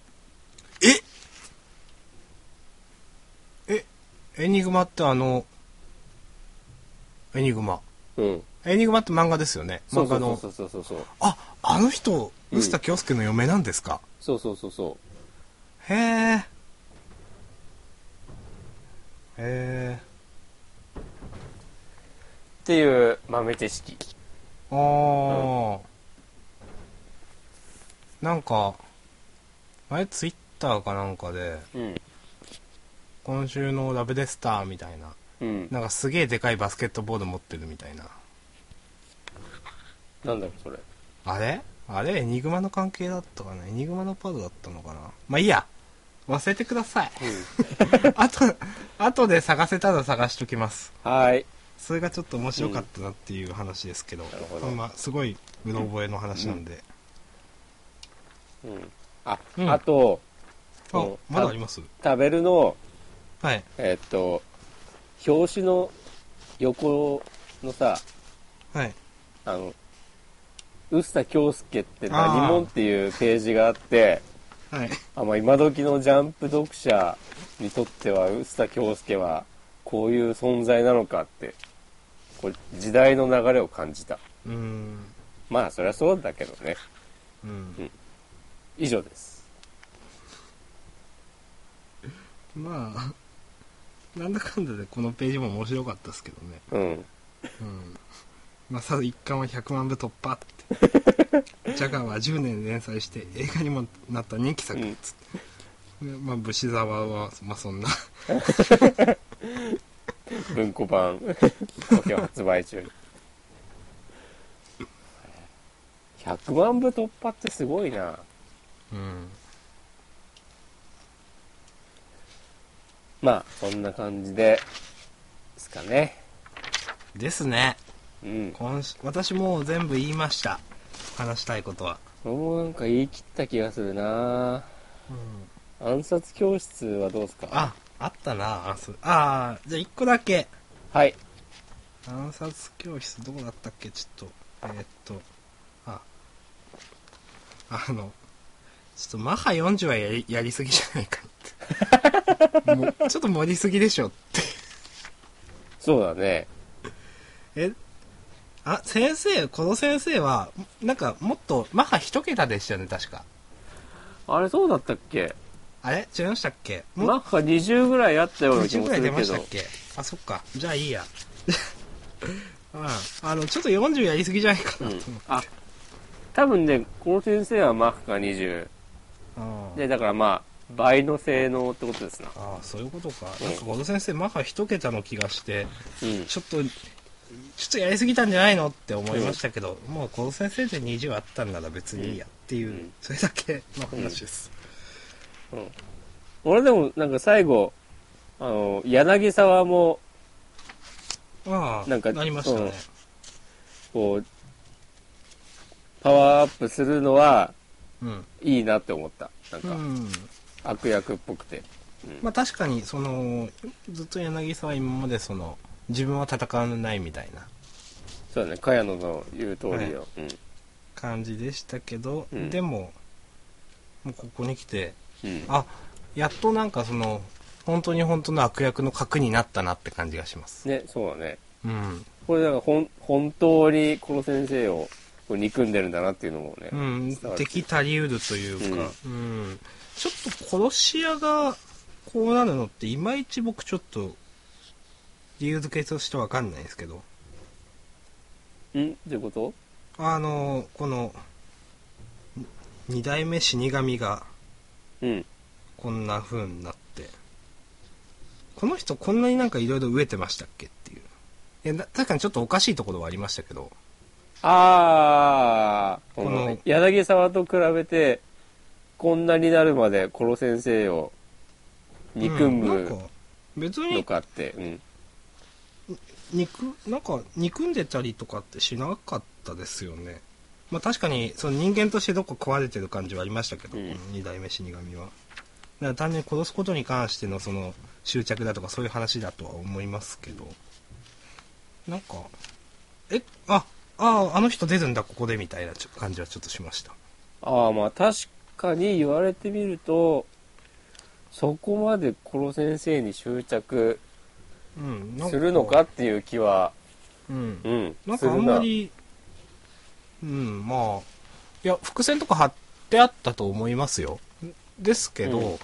エニグマってあのエニグマうんエニグマって漫画ですよねそう漫そ画うのそうそうそうそうああの人うん臼田恭介の嫁なんですか、そうそうそうそへえへえうっていう豆知識ああ、なんか前ツイッターかなんかでうん今週のラブデスターみたいなうんなんかすげえでかいバスケットボール持ってるみたいななんだろうそれあれあれエニグマの関係だったかなエニグマのパードだったのかなまあいいや忘れてくださ いあとあとで探せたら探しときますはいそれがちょっと面白かったなっていう話ですけど,、なるほどまあすごいうろ覚えの話なんで、うんあ、うんあとうんあまだあります食べるのはいえーっと表紙の横のさはいあの臼田恭介って何者っていうページがあってはいあまあ、今時のジャンプ読者にとっては臼田恭介はこういう存在なのかってこれ時代の流れを感じたうーんまあそりゃそうだけどねうん以上ですまあ なんだかんだでこのページも面白かったですけどねうんうんまあ、さ一巻は100万部突破って。ジャガーは10年連載して映画にもなった人気作っつって。でまあ、武士沢は、まあそんな。文庫版東京発売中100万部突破ってすごいなうん。まあ、そんな感じで、ですかね。ですね。うん。今週私もう全部言いました。話したいことは。俺もなんか言い切った気がするな暗殺教室はどうですかあ、あったな。あ、そうあーじゃあ一個だけ。はい。暗殺教室どうだったっけちょっと。えーっと。あ、あの、ちょっとマハ40はやりやりすぎじゃないかって。もうちょっと盛りすぎでしょって。そうだね。えあ、先生、この先生は、なんかもっとマハ一桁でしたよね、確か。あれ、そうだったっけあれ違いましたっけもっマッハ20ぐらいあったような気20もぐすらい出るまけしたっど。けあ、そっか。じゃあいいや。 うん。あの、ちょっと40やりすぎじゃないかうなんと思って。。あ、多分ね、この先生はマッハ20。あで、だからまあ、倍の性能ってことですな。ああ、そういうことか。うんなんか、ゴド先生、マハ一桁の気がして、うん。ちょっと、ちょっとやりすぎたんじゃないのって思いましたけど、もう、ゴド先生で20あったんなら別にいいやっていう、うんそれだけの話です。俺でも、なんか最後、あの、柳沢も、ああ、ななんかなりましたね。こう、パワーアップするのは、うん。いいなって思った。なんうか、ん。悪役っぽくて。まあ確かに、その、ずっと柳沢は今までその、自分は戦わないみたいなそうだね、茅野の言う通りよ。感じでしたけど、うんでももうここに来てうん。うん。あやっとなんかその本当に本当の悪役の核になったなって感じがします、ね、そうだね。うんこれなんか本本当にこの先生をこう憎んでるんだなっていうのもね、うん伝わ、る敵足りうるというか、うんちょっと殺し屋がこうなるのっていまいち僕ちょっと理由付けとしてわかんないんですけどうんってことあのこのに二代目死神がうんこんな風になってこの人こんなになんかいろいろ飢えてましたっけっていういやな確かにちょっとおかしいところはありましたけどああここのの柳沢と比べてこんなになるまでこの先生を憎うんなんむか別のにかって、うん憎なんか憎んでたりとかってしなかったですよねまあ確かにその人間としてどっか壊れてる感じはありましたけど、うんこの二代目死神はだから単純に殺すことに関してのその執着だとかそういう話だとは思いますけどなんかえああああの人出るんだここでみたいなちょ感じはちょっとしましたああまあ確かに言われてみるとそこまでこの先生に執着うん、なんするのかっていう気は、うんう、ん、なんすかあるんなまりうんまあいや伏線とか貼ってあったと思いますよですけど、うん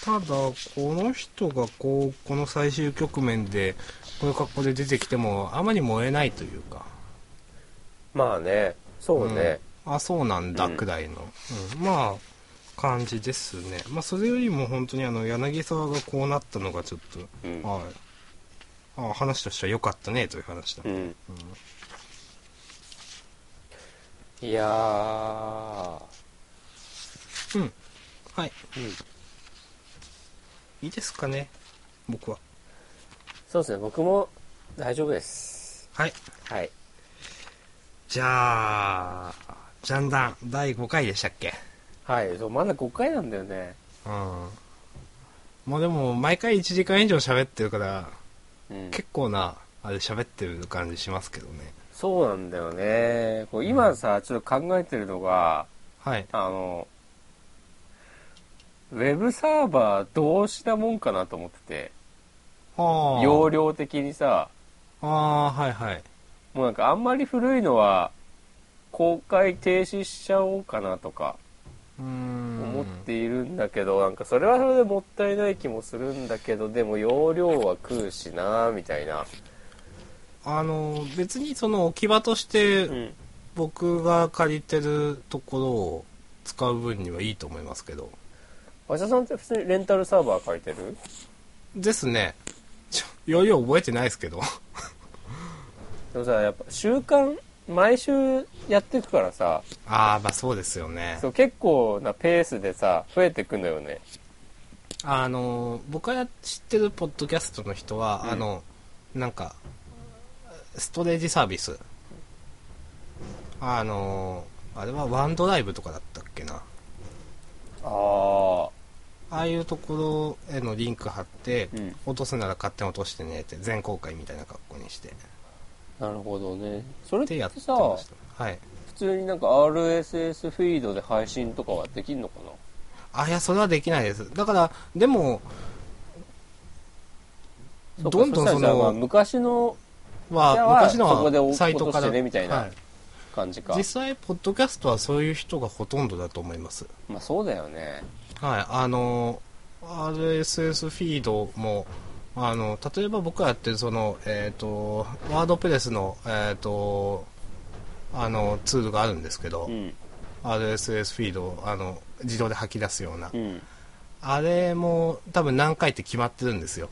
ただこの人がこうこの最終局面でこういう格好で出てきてもあまり燃えないというかまあねそうね、うんあそうなんだうんくらいの、うんまあ感じですねまあそれよりも本当にあの柳沢がこうなったのがちょっうと、んはいあ話としては良かったねという話だ、うんうんいやー、うん。はい。うん、いいですかね僕は。そうですね、僕も大丈夫です。はい。はい。じゃあ、ジャンダン、第5回でしたっけはい、そうまだ5回なんだよね。うん。もうでも、毎回1時間以上喋ってるから、うん、結構な、あれ喋ってる感じしますけどね。そうなんだよね。こう今さ、ちょっと考えてるのが、はい。あの、ウェブサーバーどうしたもんかなと思ってあて、あ。容量的にさ、ああー、はいはい。もうなんかあんまり古いのは公開停止しちゃおうかなとかうーん。思っているんだけど、なんかそれはそれでもったいない気もするんだけど、でも容量は食うしなみたいな。あの、別にその置き場として、ん。僕が借りてるところを使う分にはいいと思いますけど。和田さんって普通にレンタルサーバー借りてるですね。ちょ、容量覚えてないです けど。でもさやっぱ週間毎週やってくからさああまあそうですよねそう結構なペースでさ増えてくのよねあの僕が知ってるポッドキャストの人は、うんあのなんかストレージサービスあのあれはワンドライブとかだったっけなああああいうところへのリンク貼って、うん落とすなら勝手に落としてねって全公開みたいな格好にしてなるほどねそれっでてやさってましたはい普通になんか RSS フィードで配信とかはできるのかなあいやそれはできないですだからでもそうかどんどしんそたらじゃあまあの昔のはじゃあ昔のそこで落はとサイトかしらてねみたいなはい感じか実際ポッドキャストはそういう人がほとんどだと思いますまあそうだよねはいあの RSS フィードもあの例えば僕がやってるそのえっ、とワードプレスのえっ、とあのツールがあるんですけど、うん、 RSS フィードをあの自動で吐き出すような、うん、あれも多分何回って決まってるんですよ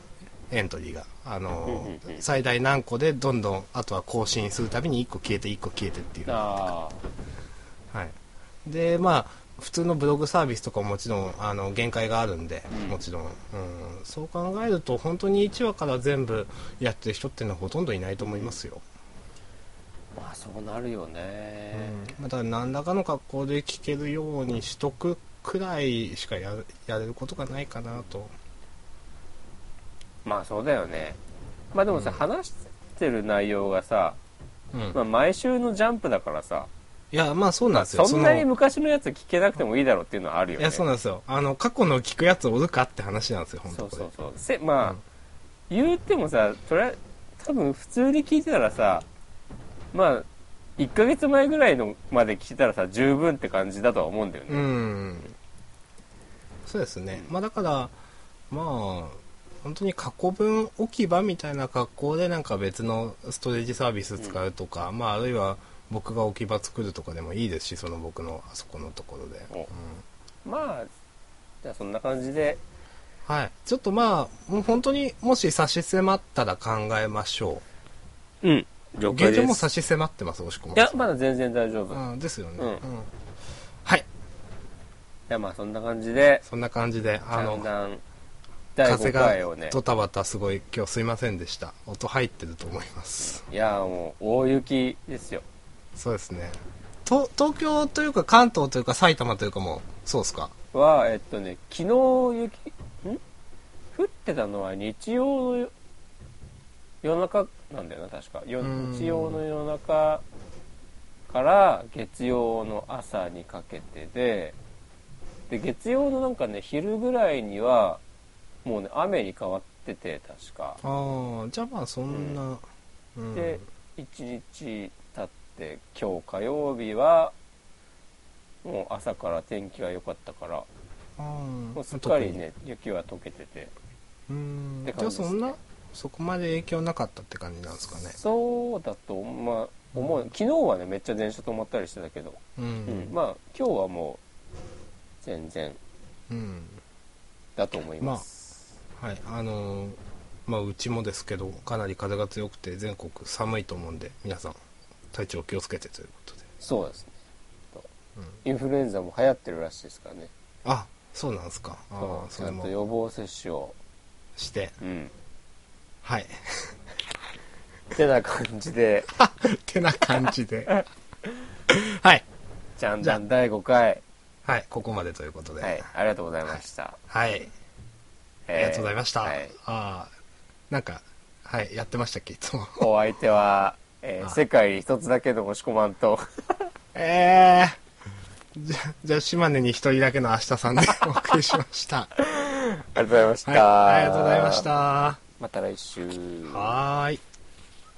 エントリーがあのうんうんうん最大何個でどんどんあとは更新するたびに1個消えて1個消えてっていうああはい、でまあ普通のブログサービスとかももちろんあの限界があるんで、うんもちろん、うん、そう考えると本当に1話から全部やってる人っていうのはほとんどいないと思いますよ、まあそうなるよね、うんだから何らかの格好で聞けるようにしとくくらいしかややれることがないかなとまあそうだよねまあでもさ、うん話してる内容がさ、うんまあ、毎週のジャンプだからさ、いやまあそうなんですよそんなにその昔のやつ聞けなくてもいいだろうっていうのはあるよいねやそうなんですよあの過去の聞くやつおるかって話なんですよ本当そうこれそうそうせまあ、言うてもさとりあえず多分普通に聞いてたらさまあ1ヶ月前ぐらいのまで聞いたらさ十分って感じだとは思うんだよね、うんそうですね、まあだからまあ本当に過去分置き場みたいな格好でなんか別のストレージサービス使うとか、まああるいは僕が置き場作るとかでもいいですしその僕のあそこのところで、おうんまあじゃあそんな感じではいちょっとまあもう本当にもし差し迫ったら考えましょうん了う現状も差し迫ってます押し込まいやまだ全然大丈夫、じうん、ですよね、うんうんはいゃあまあそんな感じでそんな感じであだのんだん第5回をねドタバタすごい今日すいませんでした音入ってると思いますいやもう大雪ですよそうですねと東京というか関東というか埼玉というかもうそうですかはえっとね昨日雪ん降ってたのは日曜の夜中なんだよな確かようん日曜の夜中から月曜の朝にかけてでで月曜のなんかね昼ぐらいにはもうね雨に変わってて確かああじゃあまあそんな、うんで1日経って今日火曜日はもう朝から天気が良かったからうんもうすっかりね雪は溶けてて特にうんってじゃ感あじですねそんなそこまで影響なかったって感じなんですかねそうだと、まあ、思う、昨日はねめっちゃ電車止まったりしてたけど、うん、うんまあ今日はもう全然うんだと思います、はいあのーまあうちもですけどかなり風が強くて全国寒いと思うんで皆さん体調気をつけてということでそうですねとうんインフルエンザも流行ってるらしいですからねあそうなんですかあそあうそちれゃんとも予防接種をしてうん はいてな感じでってな感じで はいじゃんじゃん第5回はいここまでということではい、ありがとうございました、はいあえーりがとうございました、はいああなんかはいやってましたっけいつもお相手は、えーあ世界に一つだけの押し込まんと ええじゃじゃあ島根に一人だけの明日さんでお送りしま したありがとうございました、はいありがとうございましたまた来週はーい